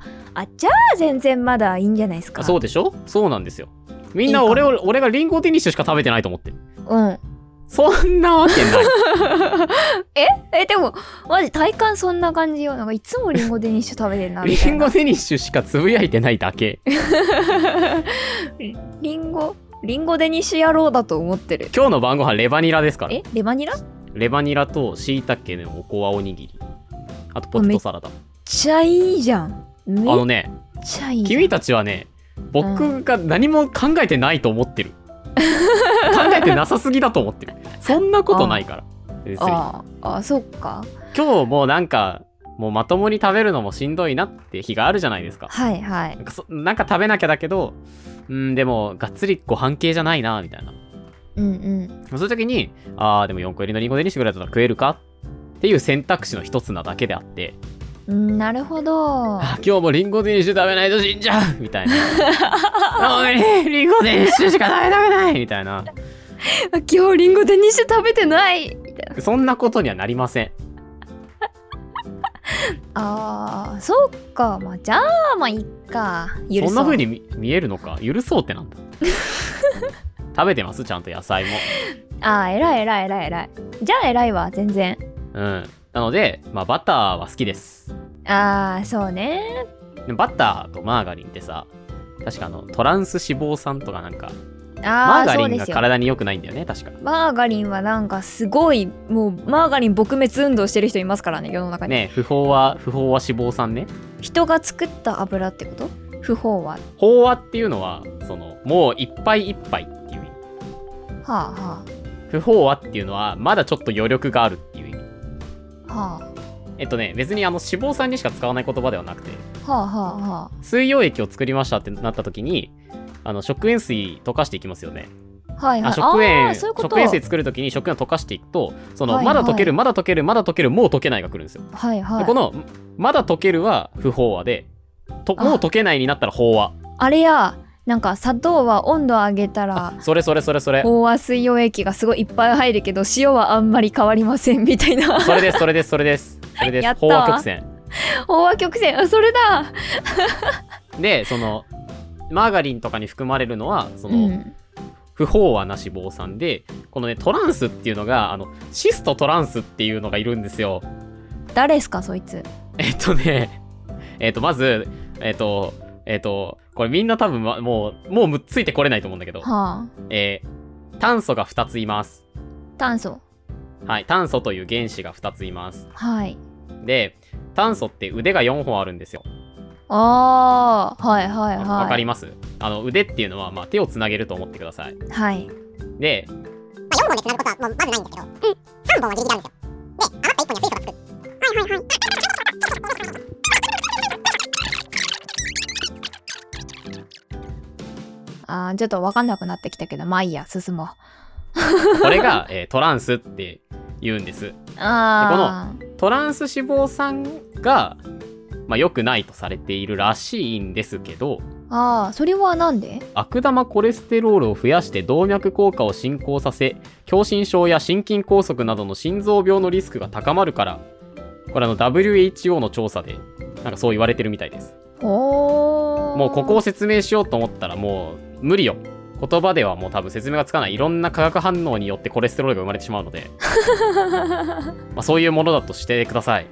[SPEAKER 2] じゃあ全然まだいいんじゃないですか
[SPEAKER 1] あそうでしょそうなんですよみんない
[SPEAKER 2] いかも
[SPEAKER 1] 俺を俺がリンゴデニッシュしか食べてないと思ってる
[SPEAKER 2] うん
[SPEAKER 1] そんなわけ
[SPEAKER 2] <laughs>
[SPEAKER 1] ない
[SPEAKER 2] えでもマジ体感そんな感じよなんかいつもリンゴデニッシュ食べてるなみた
[SPEAKER 1] リ
[SPEAKER 2] い
[SPEAKER 1] ン
[SPEAKER 2] な
[SPEAKER 1] ゴデニッシュしかつぶやいてないだ
[SPEAKER 2] <laughs>
[SPEAKER 1] け
[SPEAKER 2] リンゴリンゴデニッシュ野郎だと思ってる
[SPEAKER 1] 今日の晩ご飯レバニラですから
[SPEAKER 2] えレバニラ
[SPEAKER 1] レバニラと椎茸のおこわおにぎりあとポテトサラダあ
[SPEAKER 2] ちゃいいじゃんめっ
[SPEAKER 1] のね
[SPEAKER 2] ちゃいいじゃん
[SPEAKER 1] 君たちはね僕が何も考えてないと思ってる、考えてなさすぎだと思ってるそんなことないから別に
[SPEAKER 2] あああそっか
[SPEAKER 1] 今日もうなんかもうまともに食べるのもしんどいなって日があるじゃないですか
[SPEAKER 2] はいはい
[SPEAKER 1] なんかそなんか食べなきゃだけどうんでもがっつりご飯系じゃないなみたいな
[SPEAKER 2] うんうん
[SPEAKER 1] そういう時にあーでも4個入りのリンゴデニッシュぐらいだったら食えるかっていう選択肢の一つなだけであって
[SPEAKER 2] うんなるほ <laughs> ど
[SPEAKER 1] あ今日もリンゴデニッシュ食べないと死んじゃうみたい
[SPEAKER 2] <laughs>
[SPEAKER 1] なおいリンゴデニッシュしか食べたくないみたいな
[SPEAKER 2] 今日リンゴデニッシュ食べてない
[SPEAKER 1] そんなことにはなりません
[SPEAKER 2] あーそっかまあじゃあまあいっか許そう
[SPEAKER 1] そんな風に見見えるのか許そうってなんだ <laughs> 食べてますちゃんと野菜も
[SPEAKER 2] ああ偉い偉い偉い偉いじゃあ偉いわ全然
[SPEAKER 1] うんなので、まあ、バターは好きです
[SPEAKER 2] ああそうね
[SPEAKER 1] でもバターとマーガリンってさ確かあのトランス脂肪酸とかなんかマ
[SPEAKER 2] あ
[SPEAKER 1] ー
[SPEAKER 2] あ
[SPEAKER 1] ガ
[SPEAKER 2] そう
[SPEAKER 1] リン
[SPEAKER 2] で
[SPEAKER 1] が
[SPEAKER 2] すよ
[SPEAKER 1] 体に良くないんだよね確か
[SPEAKER 2] マーガリンはなんかすごいもうマーガリン撲滅運動してる人いますからね世の中に、
[SPEAKER 1] ね不飽和不飽和脂肪酸ね
[SPEAKER 2] 人が作った油ってこと不飽和は
[SPEAKER 1] 飽和っていうのはそのもういっぱいいっぱいっていう意味
[SPEAKER 2] あは
[SPEAKER 1] 不飽和っていうのはまだちょっと余力があるっていう意味
[SPEAKER 2] あは
[SPEAKER 1] えっとね別にあの脂肪酸にしか使わない言葉ではなくて
[SPEAKER 2] あはあはあは
[SPEAKER 1] 水溶液を作りましたってなった時にあの食塩水溶かしていきますよね
[SPEAKER 2] あはいはい
[SPEAKER 1] あ食塩
[SPEAKER 2] あーそういうこと
[SPEAKER 1] 食塩水作る時に食塩溶かしていくとその、
[SPEAKER 2] はい
[SPEAKER 1] まだ溶けるまだ溶けるまだ溶けるもう溶けないが来るんですよ、
[SPEAKER 2] はいは
[SPEAKER 1] で
[SPEAKER 2] い
[SPEAKER 1] このまだ溶けるは不飽和でと
[SPEAKER 2] あ
[SPEAKER 1] もう溶けないになったら飽和
[SPEAKER 2] あれやなんか砂糖は温度上げたら
[SPEAKER 1] それそれそれそれ
[SPEAKER 2] 飽和水溶液がすごいいっぱい入るけど塩はあんまり変わりませんみた
[SPEAKER 1] <laughs>
[SPEAKER 2] いな飽
[SPEAKER 1] それですそれですそれですそれです
[SPEAKER 2] <laughs> やった
[SPEAKER 1] 飽
[SPEAKER 2] わ
[SPEAKER 1] 和曲線
[SPEAKER 2] 和曲線あそれだ
[SPEAKER 1] でそのマーガリンとかに含まれるのはそうの、
[SPEAKER 2] ん
[SPEAKER 1] 不飽和な脂肪酸でこのねトランスっていうのがあのシストトランスっていうのがいるんですよ <laughs>
[SPEAKER 2] 誰ですかそいつ
[SPEAKER 1] えっとねえっとまずえっとえっとこれみんな多分まもうもうむついてこれないと思うんだけど、
[SPEAKER 2] はあ
[SPEAKER 1] えー炭素が2ついます
[SPEAKER 2] 炭素
[SPEAKER 1] はい炭素という原子が2ついます
[SPEAKER 2] はい
[SPEAKER 1] で炭素って腕が4本あるんですよ
[SPEAKER 2] あーはいはいはい
[SPEAKER 1] わ、かりますあの腕っていうのは、まあ、手をつなげると思ってください
[SPEAKER 2] はい
[SPEAKER 1] で
[SPEAKER 3] まあ、4本でつなぐことはもうまずないんだけど、うん、3本はギリギリあるんですよ。で、余った1本には水素がつく。はいはいはい。あ、じゃあ、これは水素だなってなるんですよ。で、これが水素がつく。はいはいはい。あ、じゃあ、これは水素だなってなるんですよ。で、これが水素がつく。はいはいはい。あ、じゃあ、これは水素がつく。はいはいはい。あ、じゃあ、これは水素がつく。はいはいはい。あ、じゃあ、これは水素がつく。はいはいはい。あ、じゃあ、これは水素がつく。はいはいはい。あ、じゃあ、これは水素がつく。はいはいはい。あ、じゃあ、これは水素がつく。はいはいはい。あ、じゃあ、これは水素がつく。はいはいはい。あ、じゃあ、これは水素がつく。はいはいはい。あ、じゃあ、これは水素がつく。はいはいはい。あ、じゃあ、これは水素がつく。はいはいはい。あ、じゃあ、これは水素がつく。はいはいはい。あ、じゃあ、これは水素がつく。はいはいはい。あ、じゃあ、これは水素がつく。はいはいはい。あ、じゃあ、こ
[SPEAKER 2] あーちょっと分かんなくなってきたけどまあいいや進もう
[SPEAKER 1] これが、 <laughs> えートランスって言うんです
[SPEAKER 2] あー
[SPEAKER 1] トランス脂肪酸が、まあ、良くないとされているらしいんですけど
[SPEAKER 2] あーそれはなんで
[SPEAKER 1] 悪玉コレステロールを増やして動脈硬化を進行させ狭心症や心筋梗塞などの心臓病のリスクが高まるからこれあの WHO の調査でなんかそう言われてるみたいです
[SPEAKER 2] おー
[SPEAKER 1] もうここを説明しようと思ったらもう無理よ言葉ではもう多分説明がつかないいろんな化学反応によってコレステロールが生まれてしまうので、まあ、そういうものだとしてください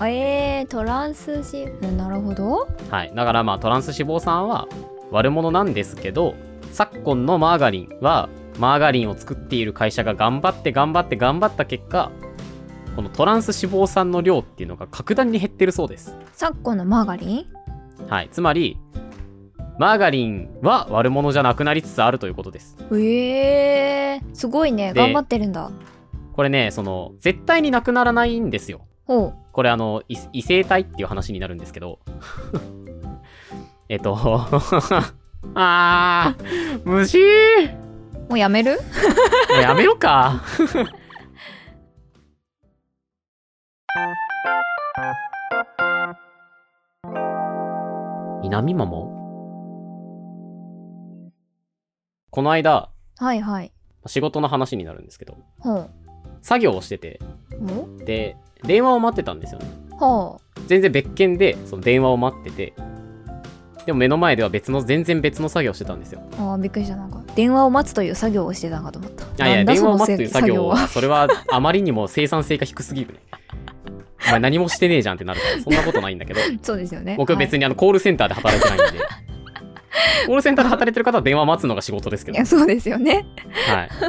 [SPEAKER 2] えー、トランスシうんなるほど
[SPEAKER 1] はい、だからまあトランス脂肪酸は悪者なんですけど昨今のマーガリンはマーガリンを作っている会社が頑張って頑張って頑張った結果このトランス脂肪酸の量っていうのが格段に減ってるそうです、
[SPEAKER 2] 昨今のマーガリン
[SPEAKER 1] はい、つまりマーガリンは悪者じゃなくなりつつあるということです
[SPEAKER 2] えー、すごいね
[SPEAKER 1] で
[SPEAKER 2] 頑張ってるんだ
[SPEAKER 1] これねその絶対になくならないんですよ
[SPEAKER 2] ほう
[SPEAKER 1] これあのい異性体っていう話になるんですけど <laughs> えっと <laughs> あー虫
[SPEAKER 2] もうやめる
[SPEAKER 1] もうやめようか。南ママこの間、
[SPEAKER 2] はいはい
[SPEAKER 1] 仕事の話になるんですけど、
[SPEAKER 2] ほう
[SPEAKER 1] 作業をしてて、
[SPEAKER 2] ほ
[SPEAKER 1] で、電話を待ってたんですよね。
[SPEAKER 2] うほ
[SPEAKER 1] 全然別件で、その電話を待ってて、でも目の前では別の、全然別の作業をしてたんですよ。
[SPEAKER 2] うあーびっくりしたなんか電話を待つという作業をしてたんかと思った
[SPEAKER 1] あいや、
[SPEAKER 2] なんだ
[SPEAKER 1] 電
[SPEAKER 2] そ
[SPEAKER 1] 話を
[SPEAKER 2] の
[SPEAKER 1] 待つ
[SPEAKER 2] せ
[SPEAKER 1] という作業
[SPEAKER 2] は <laughs>
[SPEAKER 1] は、それはあまりにも生産性が低すぎるね。お前何もしてねえじゃんってなるから、そんなことないんだけ
[SPEAKER 2] <laughs>
[SPEAKER 1] ど、
[SPEAKER 2] そうですよね
[SPEAKER 1] 僕
[SPEAKER 2] はい
[SPEAKER 1] 別にあのコールセンターで働いて
[SPEAKER 2] <laughs>
[SPEAKER 1] ないんで。コールセンターで働いてる方は電話待つのが仕事ですけ
[SPEAKER 2] い
[SPEAKER 1] ど、は
[SPEAKER 2] や
[SPEAKER 1] い、
[SPEAKER 2] そうですよね。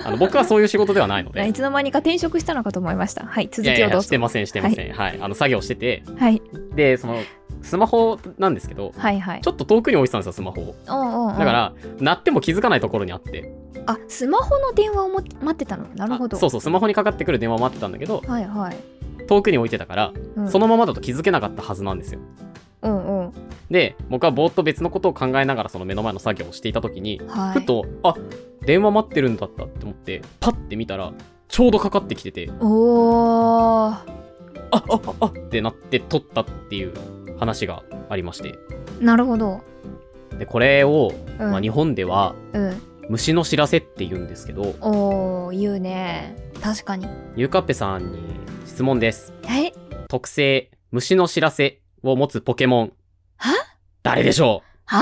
[SPEAKER 1] あの僕はそういう仕事ではないの
[SPEAKER 2] <laughs>
[SPEAKER 1] で。
[SPEAKER 2] いつの間にか転職したのかと思いました。はい、続
[SPEAKER 1] いやい
[SPEAKER 2] きをど
[SPEAKER 1] や、
[SPEAKER 2] う
[SPEAKER 1] し
[SPEAKER 2] ぞ。
[SPEAKER 1] てません、してません。はい、あの作業してて、
[SPEAKER 2] はい、
[SPEAKER 1] で、その、スマホなんですけど、
[SPEAKER 2] はい、はい
[SPEAKER 1] ち。ょっと遠くに置いてたんですよ、スマホを。
[SPEAKER 2] おうおうおう
[SPEAKER 1] だから、鳴っても気づかないところにあって、
[SPEAKER 2] あ、スマホの電話をも待ってたの。なるほど。
[SPEAKER 1] あそうそう、スマホにかかってくる電話を待ってたんだけど、
[SPEAKER 2] はい、はい。
[SPEAKER 1] 遠くに置いてたから、
[SPEAKER 2] うん
[SPEAKER 1] そのままだと気づけなかったはずなんですよ。
[SPEAKER 2] うんうん。
[SPEAKER 1] で僕はぼーっと別のことを考えながらその目の前の作業をしていた時に、
[SPEAKER 2] はい。
[SPEAKER 1] ふとあ電話待ってるんだったって思ってパッて見たらちょうどかかってきてて
[SPEAKER 2] おー
[SPEAKER 1] ああああってなって撮ったっていう話がありまして
[SPEAKER 2] なるほど。
[SPEAKER 1] でこれを、
[SPEAKER 2] うん
[SPEAKER 1] まあ、日本では
[SPEAKER 2] うん。
[SPEAKER 1] 虫の知らせって言うんですけど
[SPEAKER 2] おー、言うね。確かに。
[SPEAKER 1] ゆうかっぺさんに質問です
[SPEAKER 2] え、
[SPEAKER 1] 特性虫の知らせを持つポケモン
[SPEAKER 2] は
[SPEAKER 1] 誰でしょう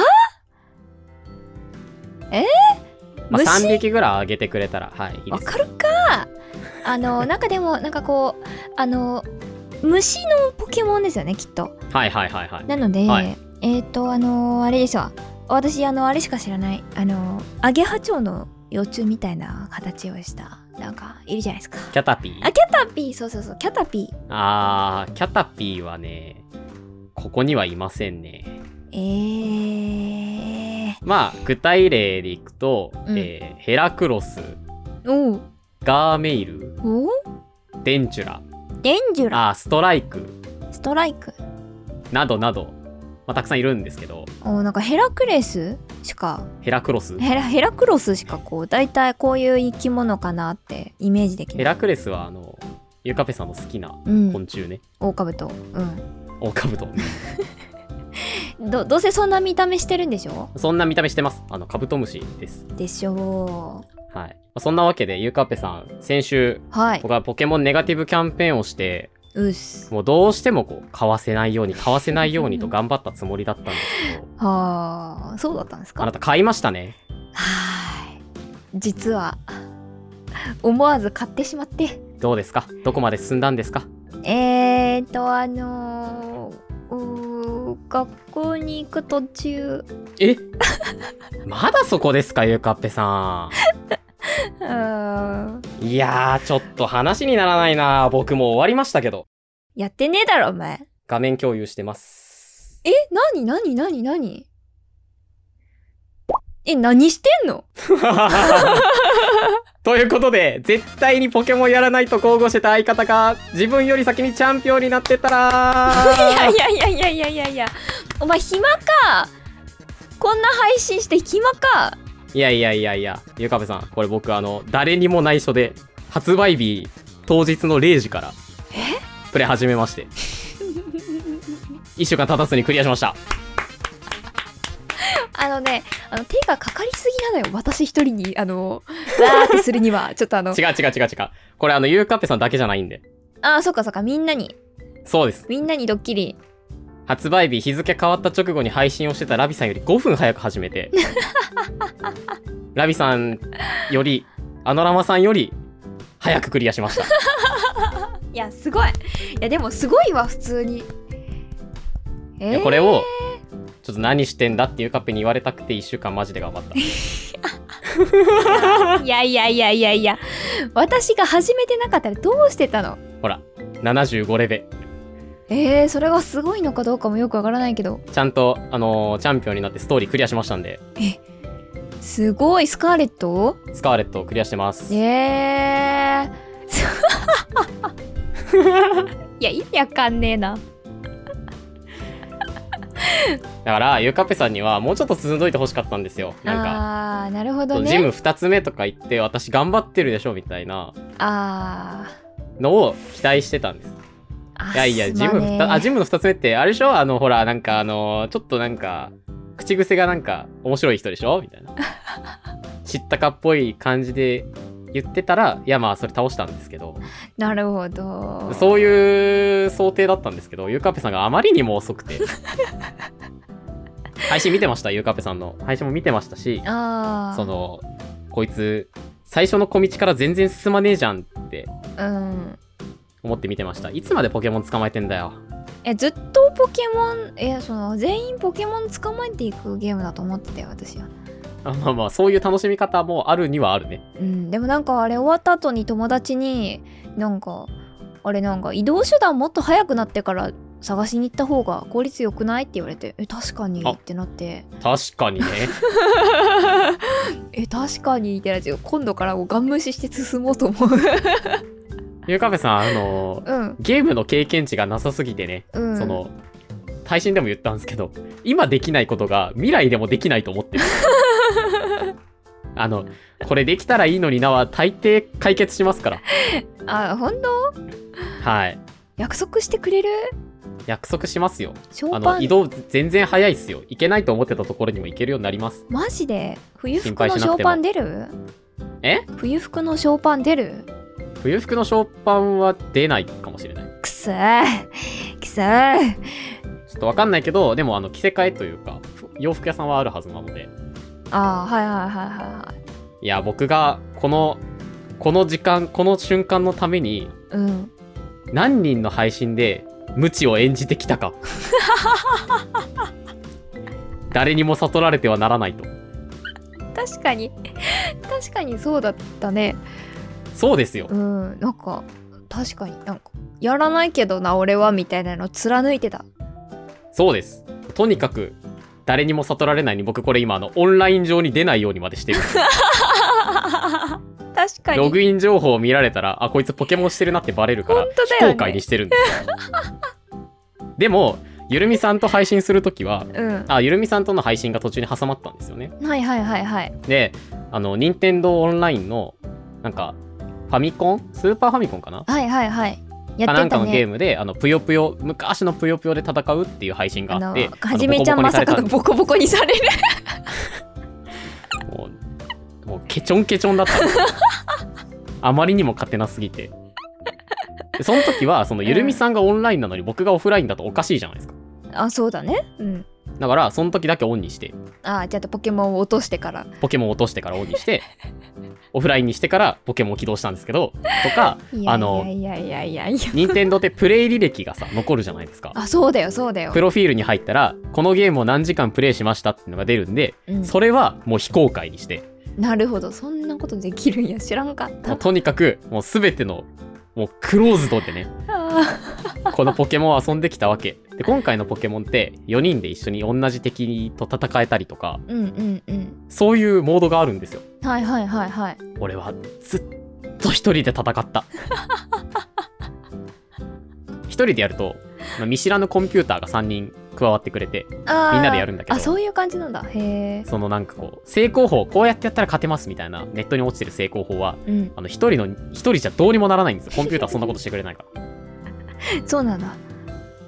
[SPEAKER 2] え
[SPEAKER 1] まあ、
[SPEAKER 2] 虫
[SPEAKER 1] 3匹ぐらいあげてくれたら、はい、いい
[SPEAKER 2] わ
[SPEAKER 1] です。
[SPEAKER 2] かるか
[SPEAKER 1] <laughs>
[SPEAKER 2] あのなんかでもなんかこうあの虫のポケモンですよねきっと
[SPEAKER 1] はいはいはいはい。
[SPEAKER 2] なので、
[SPEAKER 1] はい
[SPEAKER 2] えっ、とあのあれですわ私あのあれしか知らないあのアゲハチョウの幼虫みたいな形をしたなんかいるじゃないですか
[SPEAKER 1] キャタピー
[SPEAKER 2] あ。キャタピーそうそうそうキャタピー
[SPEAKER 1] あー、キャタピーはね、ここにはいませんね。
[SPEAKER 2] えー、
[SPEAKER 1] まあ、具体例でいくと、
[SPEAKER 2] うん
[SPEAKER 1] えーヘラクロス、
[SPEAKER 2] おう
[SPEAKER 1] ガーメイル、
[SPEAKER 2] おう
[SPEAKER 1] デンチュラ、
[SPEAKER 2] デンジュラ
[SPEAKER 1] あーストライク
[SPEAKER 2] ストライク
[SPEAKER 1] などなど、まあ、たくさんいるんですけど、
[SPEAKER 2] おなんかヘラクレスしか
[SPEAKER 1] ヘラクロス。
[SPEAKER 2] ヘラヘラクロスしかこう大体こういう生き物かなってイメージでき
[SPEAKER 1] ヘ
[SPEAKER 2] ない
[SPEAKER 1] ラクレスは、あの、ゆかぺさんの好きな
[SPEAKER 2] うん
[SPEAKER 1] 昆虫ね。
[SPEAKER 2] 大カブトう
[SPEAKER 1] オオカブト。
[SPEAKER 2] んどどうせそんな見た目してるんでしょ
[SPEAKER 1] そんな見た目してます。あの、カブトムシです。
[SPEAKER 2] でしょう
[SPEAKER 1] はい。まあそんなわけで、ゆかぺさん、先週、
[SPEAKER 2] はい
[SPEAKER 1] 僕はポケモンネガティブキャンペーンをして、
[SPEAKER 2] うっす
[SPEAKER 1] もうどうしてもこう、買わせないように、買わせないように
[SPEAKER 2] <laughs>
[SPEAKER 1] と頑張ったつもりだったんですけど、
[SPEAKER 2] はあそうだったんですか
[SPEAKER 1] あなた買いましたね。
[SPEAKER 2] はーい実は思わず買ってしまって
[SPEAKER 1] どうですかどこまで進んだんですか
[SPEAKER 2] えーとあのーうー学校に行く途中
[SPEAKER 1] え <laughs> まだそこですかゆかっぺさ
[SPEAKER 2] うーん
[SPEAKER 1] ん。いやー、ちょっと話にならないな僕もう終わりましたけど。
[SPEAKER 2] やってねえだろお前
[SPEAKER 1] 画面共有してます。
[SPEAKER 2] え、なになになになにえ、何してんの
[SPEAKER 1] <laughs> ということで、絶対にポケモンやらないと豪語してた相方が、自分より先にチャンピオンになってたら
[SPEAKER 2] いやいやいやいやいやいやいやお前暇かこんな配信して暇か
[SPEAKER 1] いやいやいやいや、ゆかべさん、これ僕あの、誰にも内緒で、発売日当日の0時から、プレイ始めまして。1週間経たずにクリアしました。
[SPEAKER 2] あのね、あの手がかかりすぎなのよ私一人にあのわーってするには <laughs> ちょっとあの
[SPEAKER 1] 違う違う違う違う。これあの、ゆうかっぺさんだけじゃないんで。
[SPEAKER 2] あーそっかそっかみんなに
[SPEAKER 1] そうです。
[SPEAKER 2] みんなにドッキリ
[SPEAKER 1] 発売日日付変わった直後に配信をしてたラビさんより5分早く始め
[SPEAKER 2] <laughs>
[SPEAKER 1] てラビさんよりあのラマさんより早くクリアしました
[SPEAKER 2] いやすごいいやでもすごいわ普通にえ
[SPEAKER 1] で
[SPEAKER 2] ー、
[SPEAKER 1] これをちょっと何してんだっていうカッペに言われたくて1週間マジで頑張った
[SPEAKER 2] <laughs> いやいやいやいやいや私が始めてなかったらどうしてたの
[SPEAKER 1] ほら75レベ
[SPEAKER 2] えー、それがすごいのかどうかもよくわからないけど
[SPEAKER 1] ちゃんとあのーチャンピオンになってストーリークリアしましたんです
[SPEAKER 2] ごいスカーレット
[SPEAKER 1] スカーレットをクリアしてます
[SPEAKER 2] えー、 <laughs> いや意味わかんねえな
[SPEAKER 1] だからゆうかっぺさんにはもうちょっと進んどいてほしかったんですよなんか
[SPEAKER 2] あーなるほど
[SPEAKER 1] ジ
[SPEAKER 2] ね
[SPEAKER 1] ム2つ目とか行って私頑張ってるでしょみたいな
[SPEAKER 2] あ
[SPEAKER 1] のを期待してたんです
[SPEAKER 2] ーあ
[SPEAKER 1] いやいや、
[SPEAKER 2] す
[SPEAKER 1] ジ
[SPEAKER 2] ま
[SPEAKER 1] ム
[SPEAKER 2] ね
[SPEAKER 1] ふ
[SPEAKER 2] え
[SPEAKER 1] た、あ、ジムの二つ目って、あれでしょあの、ほら、なんか、あの、ちょっとなんか、口癖がなんか、面白い人でしょみたい
[SPEAKER 2] <laughs>
[SPEAKER 1] な。知ったかっぽい感じで言ってたら、いや、まあ、それ倒したんですけど、
[SPEAKER 2] なるほど
[SPEAKER 1] そういう想定だったんですけど、ゆうかっぺさんがあまりにも遅く
[SPEAKER 2] <laughs>
[SPEAKER 1] て。配信見てました、ゆうかっぺさんの。配信も見てましたし、
[SPEAKER 2] あー
[SPEAKER 1] その、こいつ、最初の小道から全然進まねえじゃんって
[SPEAKER 2] うん
[SPEAKER 1] 思って見てました。いつまでポケモン捕まえてんだよ。
[SPEAKER 2] えずっとポケモンえその全員ポケモン捕まえていくゲームだと思ってたよ私は
[SPEAKER 1] あまあまあそういう楽しみ方もあるにはあるね
[SPEAKER 2] うん、でもなんかあれ終わった後に友達になんかあれなんか移動手段もっと早くなってから探しに行った方が効率よくないって言われてえ確かに
[SPEAKER 1] あ
[SPEAKER 2] ってなって
[SPEAKER 1] 確かに
[SPEAKER 2] <laughs>
[SPEAKER 1] ね
[SPEAKER 2] え確かにってなって今度からもうガン無視して進もうと思う
[SPEAKER 1] ゆうかべさんあの
[SPEAKER 2] <laughs> うん
[SPEAKER 1] ゲームの経験値がなさすぎてね、
[SPEAKER 2] うん
[SPEAKER 1] その配信でも言ったんですけど今できないことが未来でもできないと思
[SPEAKER 2] <laughs>
[SPEAKER 1] ってるあのこれできたらいいのになは大抵解決しますから
[SPEAKER 2] あ本当
[SPEAKER 1] はい
[SPEAKER 2] 約束してくれる
[SPEAKER 1] 約束しますよ
[SPEAKER 2] ショ
[SPEAKER 1] あ
[SPEAKER 2] ーパ
[SPEAKER 1] の移
[SPEAKER 2] ン
[SPEAKER 1] 動全然早いっすよ行けないと思ってたところにも行けるようになります
[SPEAKER 2] マジで冬
[SPEAKER 1] 心
[SPEAKER 2] 服
[SPEAKER 1] 配し
[SPEAKER 2] の
[SPEAKER 1] なく
[SPEAKER 2] シ
[SPEAKER 1] ても
[SPEAKER 2] ョーパン出る
[SPEAKER 1] え
[SPEAKER 2] 冬服のショーパン出る
[SPEAKER 1] 冬服のショーパンは出ないかもしれない
[SPEAKER 2] くそーくそー
[SPEAKER 1] ちょっとわかんないけど、でもあの着せ替えというか、ふ洋服屋さんはあるはずなので、
[SPEAKER 2] あーはいはいはいはいはい
[SPEAKER 1] いや、僕がこの、この時間、この瞬間のために、
[SPEAKER 2] うん
[SPEAKER 1] 何人の配信で無知を演じてきたか誰にも悟られてはならないと
[SPEAKER 2] 確かに <laughs> 確かにそうだったね
[SPEAKER 1] そうですよ
[SPEAKER 2] うんなんか確かになんかやらないけどな俺はみたいなの貫いてた
[SPEAKER 1] そうですとにかく誰にも悟られないように僕これ今あのオンライン上に出ないようにまでしてる
[SPEAKER 2] <laughs> 確か
[SPEAKER 1] ロ
[SPEAKER 2] に
[SPEAKER 1] グイン情報を見られたらあこいつポケモンしてるなってバレるから
[SPEAKER 2] 本当だよ
[SPEAKER 1] 非
[SPEAKER 2] ね
[SPEAKER 1] 公開にしてるんですよでもゆるみさんと配信するときは
[SPEAKER 2] うん
[SPEAKER 1] あゆるみさんとの配信が途中に挟まったんですよね
[SPEAKER 2] はいはいはいはい
[SPEAKER 1] であの任天堂オンラインのなんかファミコンスーパーファミコンかな
[SPEAKER 2] はいはいはいや
[SPEAKER 1] か
[SPEAKER 2] っ
[SPEAKER 1] なん
[SPEAKER 2] て
[SPEAKER 1] か
[SPEAKER 2] た
[SPEAKER 1] のゲ
[SPEAKER 2] ね
[SPEAKER 1] ームであのぷよぷよ昔のぷよぷよで戦うっていう配信があってあの
[SPEAKER 2] はじめちゃん
[SPEAKER 1] ボコボコに
[SPEAKER 2] ま
[SPEAKER 1] さ
[SPEAKER 2] さ
[SPEAKER 1] れ
[SPEAKER 2] か
[SPEAKER 1] た
[SPEAKER 2] のボコボコにされる
[SPEAKER 1] もうもうケチョンケチョンだったん <laughs> ですよあまりにも勝手なすぎてでその時はそのゆるみさんがオンラインなのに僕がオフラインだとおかしいじゃないですか
[SPEAKER 2] <laughs> あそうだねうん
[SPEAKER 1] だからその時だけオンにして
[SPEAKER 2] あちゃんとポケモンを落としてから
[SPEAKER 1] ポケモン落としてからオンにしてオフラインにしてからポケモンを起動したんですけどとか
[SPEAKER 2] い
[SPEAKER 1] あ
[SPEAKER 2] や
[SPEAKER 1] の
[SPEAKER 2] いやいやいやいや
[SPEAKER 1] 任天堂ってプレイ履歴がさ残るじゃないですか
[SPEAKER 2] あそうだよそうだよ
[SPEAKER 1] プ、ロフィールに入ったらこのゲームを何時間プレイしましたっていうのが出るんで
[SPEAKER 2] うん、
[SPEAKER 1] それはもう非公開にして
[SPEAKER 2] なるほどそんなことできるんや知らんかっ
[SPEAKER 1] もう
[SPEAKER 2] た
[SPEAKER 1] とにかくもう全てのもうクローズドでね
[SPEAKER 2] あ
[SPEAKER 1] このポケモンを遊んできたわけで今回のポケモンって4人で一緒に同じ敵と戦えたりとか
[SPEAKER 2] ー <laughs> うんうんうん
[SPEAKER 1] そういうモードがあるんですよ
[SPEAKER 2] はいはいはいはい
[SPEAKER 1] 俺はずっと一人で戦った <laughs> 一人でやるとまあ見知らぬコンピューターが3人加わってくれて
[SPEAKER 2] あー
[SPEAKER 1] みんなでやるんだけど
[SPEAKER 2] あそういう感じなんだへえ
[SPEAKER 1] そのなんかこう成功法こうやってやったら勝てますみたいなネットに落ちてる成功法は
[SPEAKER 2] うん
[SPEAKER 1] あの一人の一人じゃどうにもならないんですよコンピューターそんなことしてくれないから
[SPEAKER 2] そうなんだ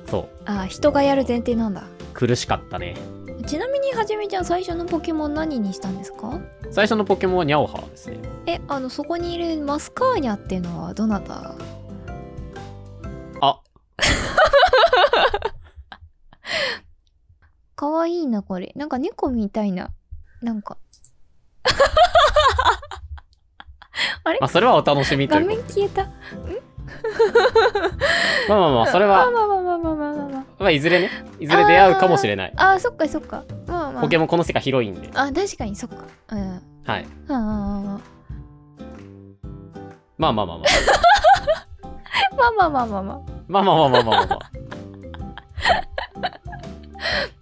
[SPEAKER 1] そう
[SPEAKER 2] あー人がやる前提なんだ
[SPEAKER 1] 苦しかったね
[SPEAKER 2] ちなみにはじめちゃん最初のポケモン何にしたんですか
[SPEAKER 1] 最初のポケモンはニャオハですね
[SPEAKER 2] えあのそこにいるマスカーニャっていうのはどなた
[SPEAKER 1] あ
[SPEAKER 2] <laughs> かわいいなこれなんか猫みたいななんか
[SPEAKER 1] まあそれはお楽しみと
[SPEAKER 2] 画
[SPEAKER 1] いうこ
[SPEAKER 2] 面消えた
[SPEAKER 1] とまあまあまあそれ
[SPEAKER 2] あ
[SPEAKER 1] は、
[SPEAKER 2] まあまあまあまあまあまあま
[SPEAKER 1] まあ、いずれねいずれ出会うかもしれない
[SPEAKER 2] ああーそっかそっかまあまあ
[SPEAKER 1] ポケモンこの世界広いんで
[SPEAKER 2] あ確かにそっかうん
[SPEAKER 1] はい
[SPEAKER 2] うんうんうんうん
[SPEAKER 1] まあまあまあまあ
[SPEAKER 2] まあまあまあまあま
[SPEAKER 1] まあまあまあまあまあまあ
[SPEAKER 2] あ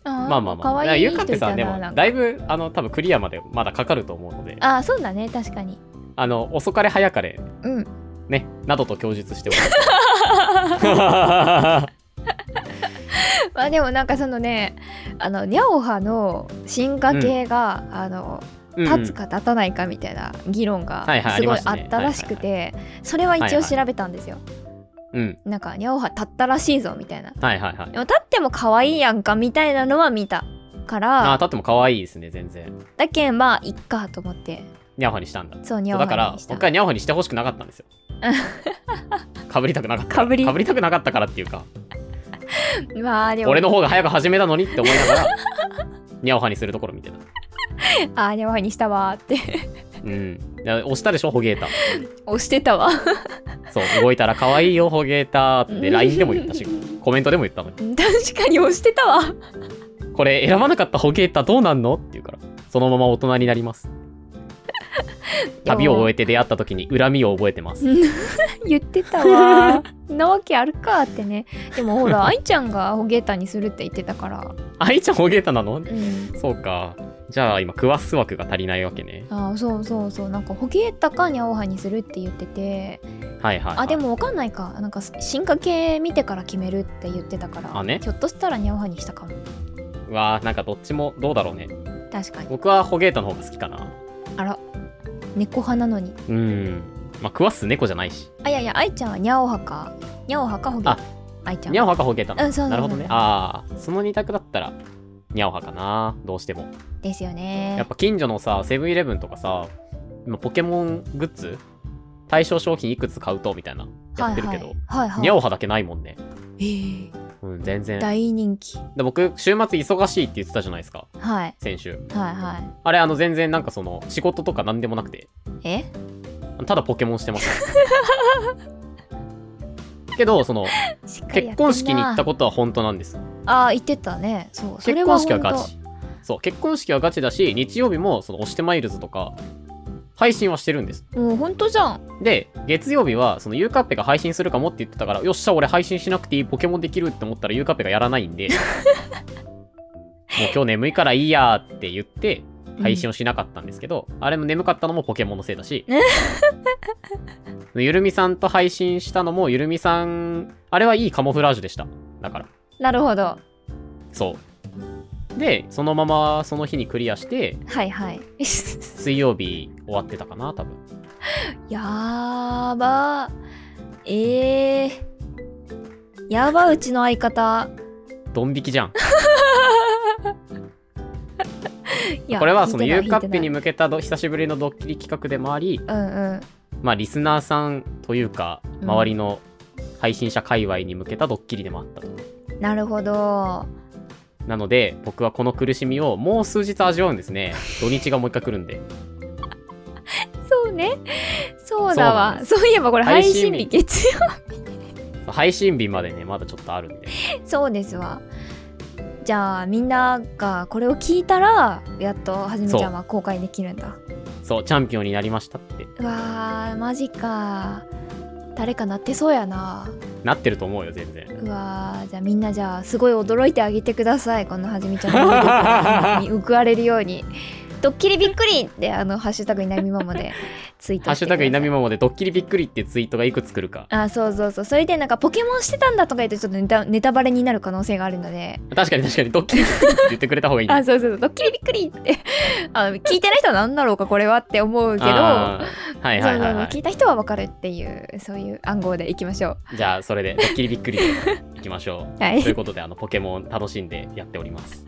[SPEAKER 1] まあまあまあ
[SPEAKER 2] 可
[SPEAKER 1] まあ
[SPEAKER 2] 愛い
[SPEAKER 1] ゆ
[SPEAKER 2] 人
[SPEAKER 1] かってさんで
[SPEAKER 2] いたな
[SPEAKER 1] も
[SPEAKER 2] んか
[SPEAKER 1] だいぶあの多分クリアまでまだかかると思うので
[SPEAKER 2] あそうだね確かに
[SPEAKER 1] あの遅かれ早かれ
[SPEAKER 2] うん
[SPEAKER 1] ねなどと供述しております
[SPEAKER 2] <laughs> まあでもなんかそのねあのニャオハの進化系が、あの
[SPEAKER 1] うんうん
[SPEAKER 2] 立つか立たないかみたいな議論が
[SPEAKER 1] はいはい
[SPEAKER 2] すごいあ
[SPEAKER 1] ありましたね
[SPEAKER 2] ったらしくてそれは一応調べたんですよ、
[SPEAKER 1] うん。
[SPEAKER 2] なんかニャオハ立ったらしいぞみたいな
[SPEAKER 1] はいはいはい。
[SPEAKER 2] でも立っても可愛いやんかみたいなのは見たか
[SPEAKER 1] ああ、
[SPEAKER 2] ら
[SPEAKER 1] 立っても可愛いですね、全然。
[SPEAKER 2] だけんまあいっかと思って
[SPEAKER 1] ニャオハにしたんだ。
[SPEAKER 2] そうニャ
[SPEAKER 1] そう
[SPEAKER 2] オ
[SPEAKER 1] だか
[SPEAKER 2] ハ
[SPEAKER 1] ら
[SPEAKER 2] にし、た
[SPEAKER 1] 僕はニャオハにしてほしくなかったんですよ。かぶりたくなかった。
[SPEAKER 2] かぶり
[SPEAKER 1] かぶりたくなかったからっていうか、
[SPEAKER 2] まあでも
[SPEAKER 1] 俺の方が早く始めたのにって思いながら、ニャオハにするところ見てた。
[SPEAKER 2] <laughs> あーニャオハにしたわーって
[SPEAKER 1] うん。いや押したでしょ、ホゲータ。
[SPEAKER 2] 押してたわ <laughs>
[SPEAKER 1] そう、動いたら可愛いよ、ホゲータって LINE でも言ったし、コメントでも言ったのに。
[SPEAKER 2] 確かに押してたわ
[SPEAKER 1] これ選ばなかったホゲータどうなんのって言うから、そのまま大人になり
[SPEAKER 2] <laughs>
[SPEAKER 1] ます。旅を終えて出会った時に恨みを覚えてます。
[SPEAKER 2] 言ってた
[SPEAKER 1] <laughs>
[SPEAKER 2] わーなわけあるかってねでもほら愛ちゃんがホゲータにするって言ってたから
[SPEAKER 1] 愛ちゃんホゲータなの
[SPEAKER 2] うん
[SPEAKER 1] そうか。じゃあ今食わす枠が足りないわけね。
[SPEAKER 2] あーそうそうそうなんかホゲータかにャオハにするって言ってて
[SPEAKER 1] はいはい、はい。
[SPEAKER 2] あでもわかんないかなんか進化系見てから決めるって言ってたから
[SPEAKER 1] あね
[SPEAKER 2] ひょっとしたらにャオハにしたかも
[SPEAKER 1] うわーなんかどっちもどうだろうね。
[SPEAKER 2] 確かに
[SPEAKER 1] 僕はホゲータの方が好きかな。
[SPEAKER 2] あら猫派なのに
[SPEAKER 1] うん。まあ食わす猫じゃないし。
[SPEAKER 2] あいやいや愛ちゃんはにャオハかにャオハかホゲータ
[SPEAKER 1] あ
[SPEAKER 2] 愛ちゃん
[SPEAKER 1] ニャオハかホゲータなの
[SPEAKER 2] うんそうそ
[SPEAKER 1] な
[SPEAKER 2] うそう
[SPEAKER 1] るほどね。ああ、その二択だったら。ニャオハかなどうしても
[SPEAKER 2] ですよね
[SPEAKER 1] やっぱ近所のさセブンイレブンとかさ今ポケモングッズ対象商品いくつ買うとみたいなやってるけど、
[SPEAKER 2] はいはいはいはい
[SPEAKER 1] ニャオハだけないもんね
[SPEAKER 2] えー
[SPEAKER 1] うん、全然。で
[SPEAKER 2] 大人気はい
[SPEAKER 1] 僕、週末忙しいって言ってたじゃないですか、
[SPEAKER 2] はい
[SPEAKER 1] 先週。
[SPEAKER 2] は
[SPEAKER 1] あれ、あの、全然なんかその、仕事とか何でもなくて、
[SPEAKER 2] いえ
[SPEAKER 1] ただポケモンしてま
[SPEAKER 2] <laughs>
[SPEAKER 1] した。けど、その、結婚式に行った
[SPEAKER 2] こ
[SPEAKER 1] ことは本当なんです。
[SPEAKER 2] とああ行ってたねそうそれ
[SPEAKER 1] 結婚
[SPEAKER 2] は本
[SPEAKER 1] 式
[SPEAKER 2] 当
[SPEAKER 1] はガチ。そう、結婚式はガチだし、日曜日も、その、押してマイルズとか、配信はしてるんです。
[SPEAKER 2] もう本当じゃん
[SPEAKER 1] で、月曜日は、その、ゆうかっぺが配信するかもって言ってたから、よっしゃ、俺配信しなくていい、ポケモンできるって思ったら、ゆうかっぺがやらない
[SPEAKER 2] <laughs>
[SPEAKER 1] んで、もう今日眠いからいいやーって言って、配信
[SPEAKER 2] を
[SPEAKER 1] をしなかったんですけど、あれも眠かったのもポケモンのせいだ
[SPEAKER 2] <laughs>
[SPEAKER 1] しゆるみさんと配信したのもゆるみさんあれはいいカモフラージュでしただから
[SPEAKER 2] なるほど
[SPEAKER 1] そうでそのままその日にクリアして
[SPEAKER 2] はいはい <laughs>
[SPEAKER 1] 水曜日終わってたかな多分
[SPEAKER 2] やーばーえー、やばうちの相方
[SPEAKER 1] ドン引きじゃん
[SPEAKER 2] いや
[SPEAKER 1] これはそのゆうかっぺ
[SPEAKER 2] 聞いて
[SPEAKER 1] に
[SPEAKER 2] ない
[SPEAKER 1] 向けたど久しぶりのドッキリ企画でもあり
[SPEAKER 2] うんうん
[SPEAKER 1] まあリスナーさんというか
[SPEAKER 2] うん
[SPEAKER 1] 周りの配信者界隈に向けたドッキリでもあったと、
[SPEAKER 2] なるほど
[SPEAKER 1] なので僕はこの苦しみをもう数日味わうんですね土日がもう一回来るんで
[SPEAKER 2] そうねそうだわそういえばこれ配
[SPEAKER 1] 配信日
[SPEAKER 2] 信日月曜
[SPEAKER 1] 配信日までねまだちょっとあるんで
[SPEAKER 2] <laughs> そうですわじゃあみんながこれを聞いたらやっとはじめちゃんは公開できるんだ
[SPEAKER 1] そうチャンピオンになりましたって
[SPEAKER 2] うわーマジか誰かなってそうやな
[SPEAKER 1] なってると思うよ全然
[SPEAKER 2] うわーじゃあみんなじゃあすごい驚いてあげてくださいこのはじめちゃんの能力に報われるように「ドッキリびっくり!」ってあの「ハッシュタグいなみまま」でツイートし
[SPEAKER 1] ハッシ
[SPEAKER 2] てください
[SPEAKER 1] ュタグいなみままでドッキリびっくりってツイートがいくつ来るか
[SPEAKER 2] あそうそうそうそれでなんかポケモンしてたんだとか言うとちょっとネタネタバレになる可能性があるので
[SPEAKER 1] 確かに確かにドッキリびっくりって言ってくれた方がいい
[SPEAKER 2] あそうそうそうドッキリびっくりってあの聞いてない人は何だろうかこれはって思うけど
[SPEAKER 1] あーはいはい
[SPEAKER 2] そう
[SPEAKER 1] はいう
[SPEAKER 2] そそう
[SPEAKER 1] は
[SPEAKER 2] 聞いた人は分かるっていうそういう暗号でいきましょう
[SPEAKER 1] いじゃあそれでドッキリびっくりでいきましょ
[SPEAKER 2] は
[SPEAKER 1] う
[SPEAKER 2] い
[SPEAKER 1] ということであのポケモン楽しんでやっており
[SPEAKER 2] <laughs>
[SPEAKER 1] ます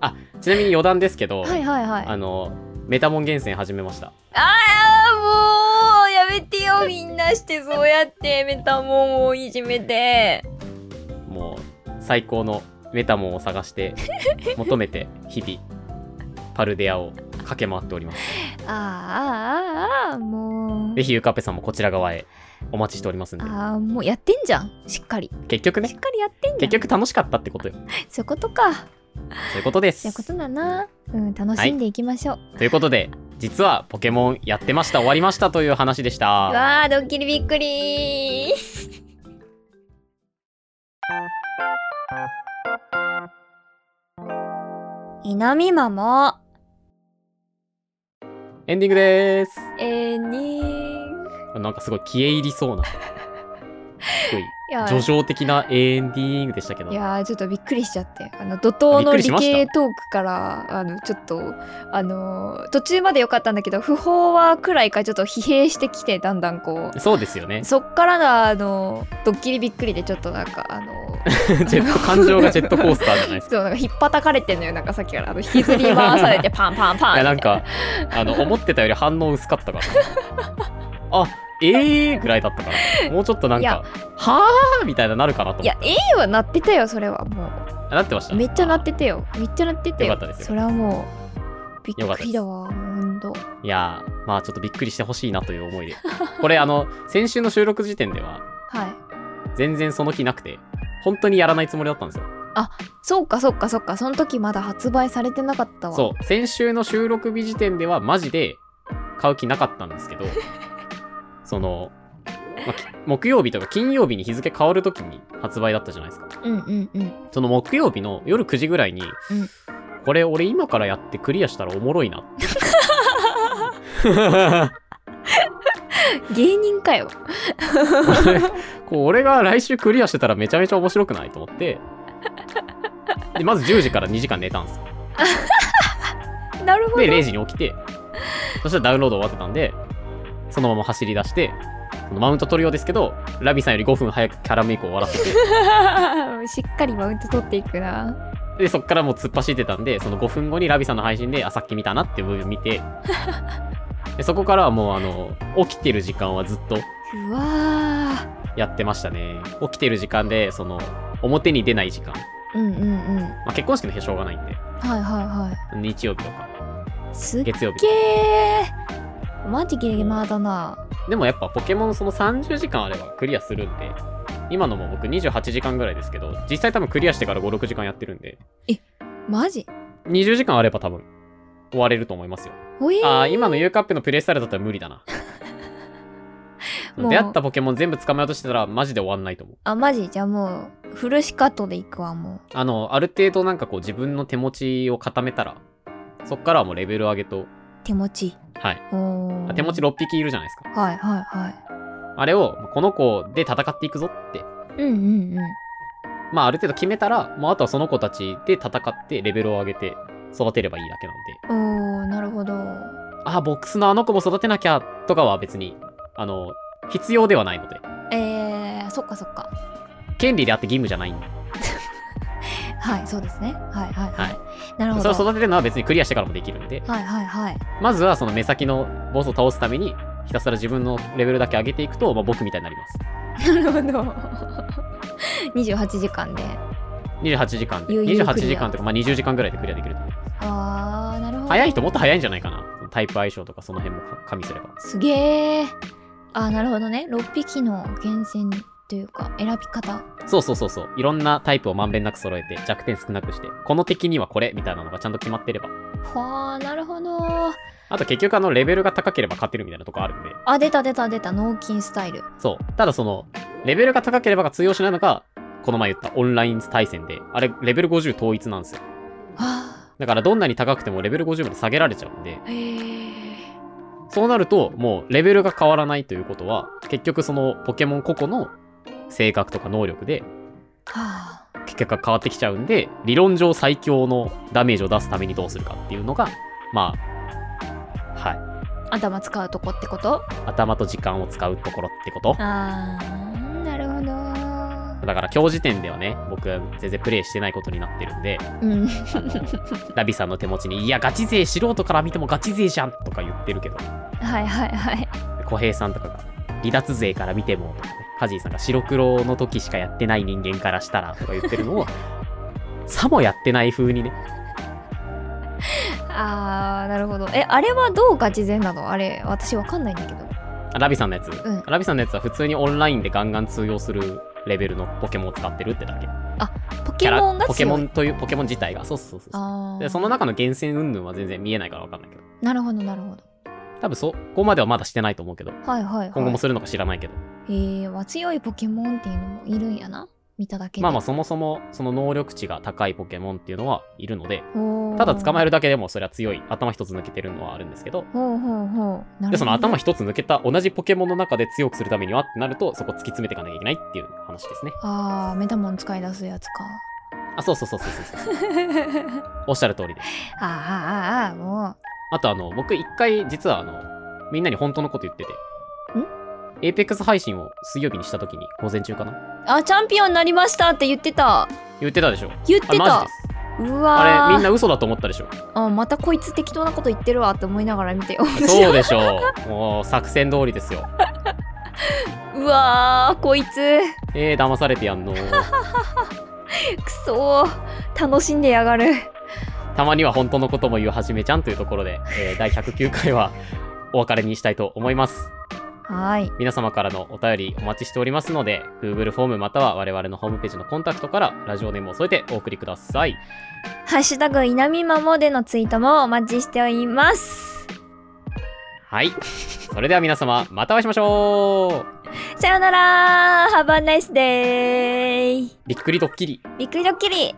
[SPEAKER 1] あちなみに余談ですけど、
[SPEAKER 2] はいはいはい
[SPEAKER 1] あのメタモン厳選始めました
[SPEAKER 2] あーもうやめてよみんなしてそうやってメタモンをいじめて
[SPEAKER 1] もう最高のメタモンを探して
[SPEAKER 2] <laughs>
[SPEAKER 1] 求めて日々パルデアを駆け回っております
[SPEAKER 2] あーあーあーもう
[SPEAKER 1] ぜひゆうかっぺさんもこちら側へお待ちしておりますんで
[SPEAKER 2] あーもうやってんじゃんしっかり
[SPEAKER 1] 結局
[SPEAKER 2] し
[SPEAKER 1] ね
[SPEAKER 2] っかりやってんじゃん
[SPEAKER 1] 結局楽しかったってことよ
[SPEAKER 2] そういうことか
[SPEAKER 1] そういうことで
[SPEAKER 2] そ
[SPEAKER 1] す
[SPEAKER 2] ういうことだなうん楽しんでいきましょう、
[SPEAKER 1] ということで実はポケモンやってました終わりましたという話でした
[SPEAKER 2] わあドッキリびっくり <laughs> いなみまも
[SPEAKER 1] エンディングです
[SPEAKER 2] えー、に
[SPEAKER 1] なんかすごい消え入りそうなすごい
[SPEAKER 2] いや
[SPEAKER 1] 叙情的なエンディングでしたけど
[SPEAKER 2] いやーちょっとびっくりしちゃってあの怒涛の
[SPEAKER 1] びっくり
[SPEAKER 2] 理
[SPEAKER 1] しました
[SPEAKER 2] 系トークからあのちょっとあのー途中まで良かったんだけど不法はくらいからちょっと疲弊してきてだんだんこう
[SPEAKER 1] そうですよね
[SPEAKER 2] そっからのあのドッキリびっくりでちょっとなんか
[SPEAKER 1] <laughs>
[SPEAKER 2] あのー
[SPEAKER 1] ジェット感情がジェットコースターじゃないですか
[SPEAKER 2] そうなんか引っ叩かれてんのよなんかさっき
[SPEAKER 1] <laughs>
[SPEAKER 2] からあの引きずり回されてパンパンパ
[SPEAKER 1] い
[SPEAKER 2] ン
[SPEAKER 1] や
[SPEAKER 2] みた <laughs> い
[SPEAKER 1] なんかあの思ってたより反応薄かったからあええー、ぐらいだったからもうちょっとなん
[SPEAKER 2] いや
[SPEAKER 1] かはあみたいななるかなと
[SPEAKER 2] い
[SPEAKER 1] 思っ
[SPEAKER 2] や A は鳴ってたよそれはも
[SPEAKER 1] てなってました
[SPEAKER 2] うめっちゃ鳴ってたよめっちゃ鳴ってたよ
[SPEAKER 1] よかったですよ
[SPEAKER 2] それはもうびっくりだわほんと
[SPEAKER 1] いやーまあちょっとびっくりしてほしいなという思いでこれあの先週の収録時点では
[SPEAKER 2] はい
[SPEAKER 1] 全然その気なくて本当にやらないつもりだったんですよ
[SPEAKER 2] そうかそうかそうかその時まだ発売されてなかったわ
[SPEAKER 1] そう先週の収録日時点ではマジで買う気なかったんですけどその、まあき木曜日とか金曜日に日付変わる時に発売だったじゃないですか
[SPEAKER 2] うんうんうん
[SPEAKER 1] その木曜日の夜9時ぐらいに、
[SPEAKER 2] ん
[SPEAKER 1] これ俺今からやってクリアしたらおもろいなって
[SPEAKER 2] 芸人かよ
[SPEAKER 1] <laughs> こう俺が来週クリアしてたらめちゃめちゃ面白くないと思ってでまず10時から2時間寝たんですよ
[SPEAKER 2] なるほど
[SPEAKER 1] で0時に起きてそしたらダウンロード終わってたんでそのまま走り出してこのマウント取るようですけどラビさんより5分早くキャラメイクを終わらせて
[SPEAKER 2] <laughs> しっかりマウント取っていくな
[SPEAKER 1] でそっからもう突っ走ってたんでその5分後にラビさんの配信であさっき見たなっていう部分見てでそこからはもうあの起きてる時間はずっと
[SPEAKER 2] うわ
[SPEAKER 1] やってましたね起きてる時間でその表に出ない時間、
[SPEAKER 2] うんうんうん
[SPEAKER 1] ま
[SPEAKER 2] は
[SPEAKER 1] あ、結婚式の日はしょうがないんで
[SPEAKER 2] いはいはい
[SPEAKER 1] 日曜日とか
[SPEAKER 2] すっげ
[SPEAKER 1] 月曜日とか
[SPEAKER 2] ーマジギリギリ回だな
[SPEAKER 1] でもやっぱポケモンその30時間あればクリアするんで今のも僕28時間ぐらいですけど実際多分クリアしてから56時間やってるんで
[SPEAKER 2] マジ
[SPEAKER 1] 20時間あれば多分終われると思いますよ
[SPEAKER 2] ほえー
[SPEAKER 1] ああ、今の U カップのプレイスタイルだったら無理だな。
[SPEAKER 2] <laughs> もう
[SPEAKER 1] 出会ったポケモン全部捕まえようとしてたらマジで終わんないと思う。
[SPEAKER 2] あマジじゃあもうフルシカットでいくわも
[SPEAKER 1] あの、ある程度なんかこう自分の手持ちを固めたら、そっからはもうレベル上げと、
[SPEAKER 2] う手持ち
[SPEAKER 1] はい。
[SPEAKER 2] おー
[SPEAKER 1] あ手持ち6匹いるじゃないですか。
[SPEAKER 2] はいはいはい
[SPEAKER 1] あれを、この子で戦っていくぞって、
[SPEAKER 2] うんうんうん
[SPEAKER 1] まあある程度決めたら、もうあとはその子たちで戦ってレベルを上げて育てればいいだけなんで、
[SPEAKER 2] おーなるほど
[SPEAKER 1] あー、ボックスのあの子も育てなきゃとかは別に、あの、必要ではないので、
[SPEAKER 2] えー、そっかそっか
[SPEAKER 1] 権利であって義務じゃないんで。
[SPEAKER 2] はいそうですねはいはいは
[SPEAKER 1] は
[SPEAKER 2] い、
[SPEAKER 1] い
[SPEAKER 2] なるほ
[SPEAKER 1] そ
[SPEAKER 2] ど
[SPEAKER 1] れを育てるのは別にクリアしてからもできるんで、
[SPEAKER 2] はいはいはい
[SPEAKER 1] まずはその目先のボスを倒すために、ひたすら自分のレベルだけ上げていくと、まあ、僕みたいになります。
[SPEAKER 2] なるほど28時間で
[SPEAKER 1] 28時間で。
[SPEAKER 2] 悠々
[SPEAKER 1] 28
[SPEAKER 2] クリア
[SPEAKER 1] 時間とか、まあ、20時間ぐらいでクリアできると思います。
[SPEAKER 2] あーなるほど
[SPEAKER 1] 早い人もっと早いんじゃないかな。タイプ相性とかその辺も加味すれば。
[SPEAKER 2] すげーあーなるほどね6匹の厳選というか選び方
[SPEAKER 1] そうそうそうそう。いろんなタイプをまんべんなく揃えて、弱点少なくして、この敵にはこれみたいなのがちゃんと決まってれば。
[SPEAKER 2] はあなるほど
[SPEAKER 1] あと結局あのレベルが高ければ勝てるみたいなとこあるんで。
[SPEAKER 2] あ出た出た出た脳筋スタイル
[SPEAKER 1] そう。ただその、レベルが高ければが通用しないのが、この前言ったオンライン対戦で、あれレベル50統一なんですよ。
[SPEAKER 2] は
[SPEAKER 1] だからどんなに高くてもレベル50まで下げられちゃうんで、
[SPEAKER 2] あへえ
[SPEAKER 1] そうなるともうレベルが変わらないということは、結局そのポケモン個々の性格とか能力で
[SPEAKER 2] はあ
[SPEAKER 1] 結果が変わってきちゃうんで、理論上最強のダメージを出すためにどうするかっていうのが、まあ、はい。
[SPEAKER 2] 頭使うとこってこと
[SPEAKER 1] 頭と時間を使うところってこと。
[SPEAKER 2] あーなるほ
[SPEAKER 1] だから今日時点ではね、僕は全然プレイしてないことになってるんで、
[SPEAKER 2] どうん
[SPEAKER 1] あのラビさんの手持ちに、いや、ガチ勢、素人から見てもガチ勢じゃんとか言ってるけど、
[SPEAKER 2] はいはいはい
[SPEAKER 1] 小平さんとかが離脱勢から見てもとかねカジーさんが白黒の時しかやってない人間からしたらとか言ってるのをさもやってない風にね
[SPEAKER 2] あーなるほどえあれはどうガチ勢なのあれ私わかんないんだけど
[SPEAKER 1] あラビさんのやつ、
[SPEAKER 2] ん
[SPEAKER 1] ラビさんのやつは普通にオンラインでガンガン通用するレベルのポケモンを使ってるってだけ
[SPEAKER 2] ポケモンが強
[SPEAKER 1] ポ
[SPEAKER 2] い
[SPEAKER 1] ケモンというポケモン自体がそうそうそうそう
[SPEAKER 2] あー
[SPEAKER 1] でその中の厳選云々は全然見えないからわかんないけど
[SPEAKER 2] なるほどなるほど
[SPEAKER 1] 多分そこまではまだしてないと思うけど
[SPEAKER 2] はいはい、はい、
[SPEAKER 1] 今後もするのか知らないけど、
[SPEAKER 2] えー、まあ強いポケモンっていうのもいるんやな見ただけで
[SPEAKER 1] まあまあそもそもその能力値が高いポケモンっていうのはいるのでた
[SPEAKER 2] た
[SPEAKER 1] だ捕まえ
[SPEAKER 2] る
[SPEAKER 1] るだけでもそれは強い頭一つ抜けてるのはあるんですけど
[SPEAKER 2] ほうほうほうなるほど
[SPEAKER 1] でその頭一つ抜けた同じポケモンの中で強くするためにはってなるとそこ突き詰めていかなきゃいけないっていう話ですね
[SPEAKER 2] ああメタモン使い出す
[SPEAKER 1] <laughs>
[SPEAKER 2] やつか
[SPEAKER 1] あそうそうそうそうそうそう
[SPEAKER 2] あー
[SPEAKER 1] おっしゃる通りです
[SPEAKER 2] あーあーあーもう
[SPEAKER 1] あとあの僕一回実はあのみんなに本当のこと言っててエイペックス配信を水曜日にした時に午前中かな
[SPEAKER 2] あチャンピオンになりましたって言ってた
[SPEAKER 1] 言ってたでしょ
[SPEAKER 2] 言って
[SPEAKER 1] あれマジ
[SPEAKER 2] た
[SPEAKER 1] です
[SPEAKER 2] うわ
[SPEAKER 1] あ
[SPEAKER 2] ー
[SPEAKER 1] れみんな嘘だと思ったでしょ
[SPEAKER 2] あまたこいつ適当なこと言ってるわって思いながら見て
[SPEAKER 1] そうでしょうもう作戦通りですよ
[SPEAKER 2] <laughs> うわーこいつ
[SPEAKER 1] えー、騙されてやんの
[SPEAKER 2] くそー楽しんでやがる
[SPEAKER 1] たまには本当のことも言うはじめちゃんというところで、えー第109回はお別れにしたいと思います
[SPEAKER 2] はーい
[SPEAKER 1] 皆様からのお便りお待ちしておりますので Google フォームまたは我々のホームページのコンタクトからラジオネームを添えてお送りください
[SPEAKER 2] ハッシュタグいなみまもでのツイートもお待ちしております
[SPEAKER 1] はいそれでは皆様またお会いしましょ
[SPEAKER 2] さよなら Have a nice day
[SPEAKER 1] うびっくりドッキリ
[SPEAKER 2] びっくりドッキリ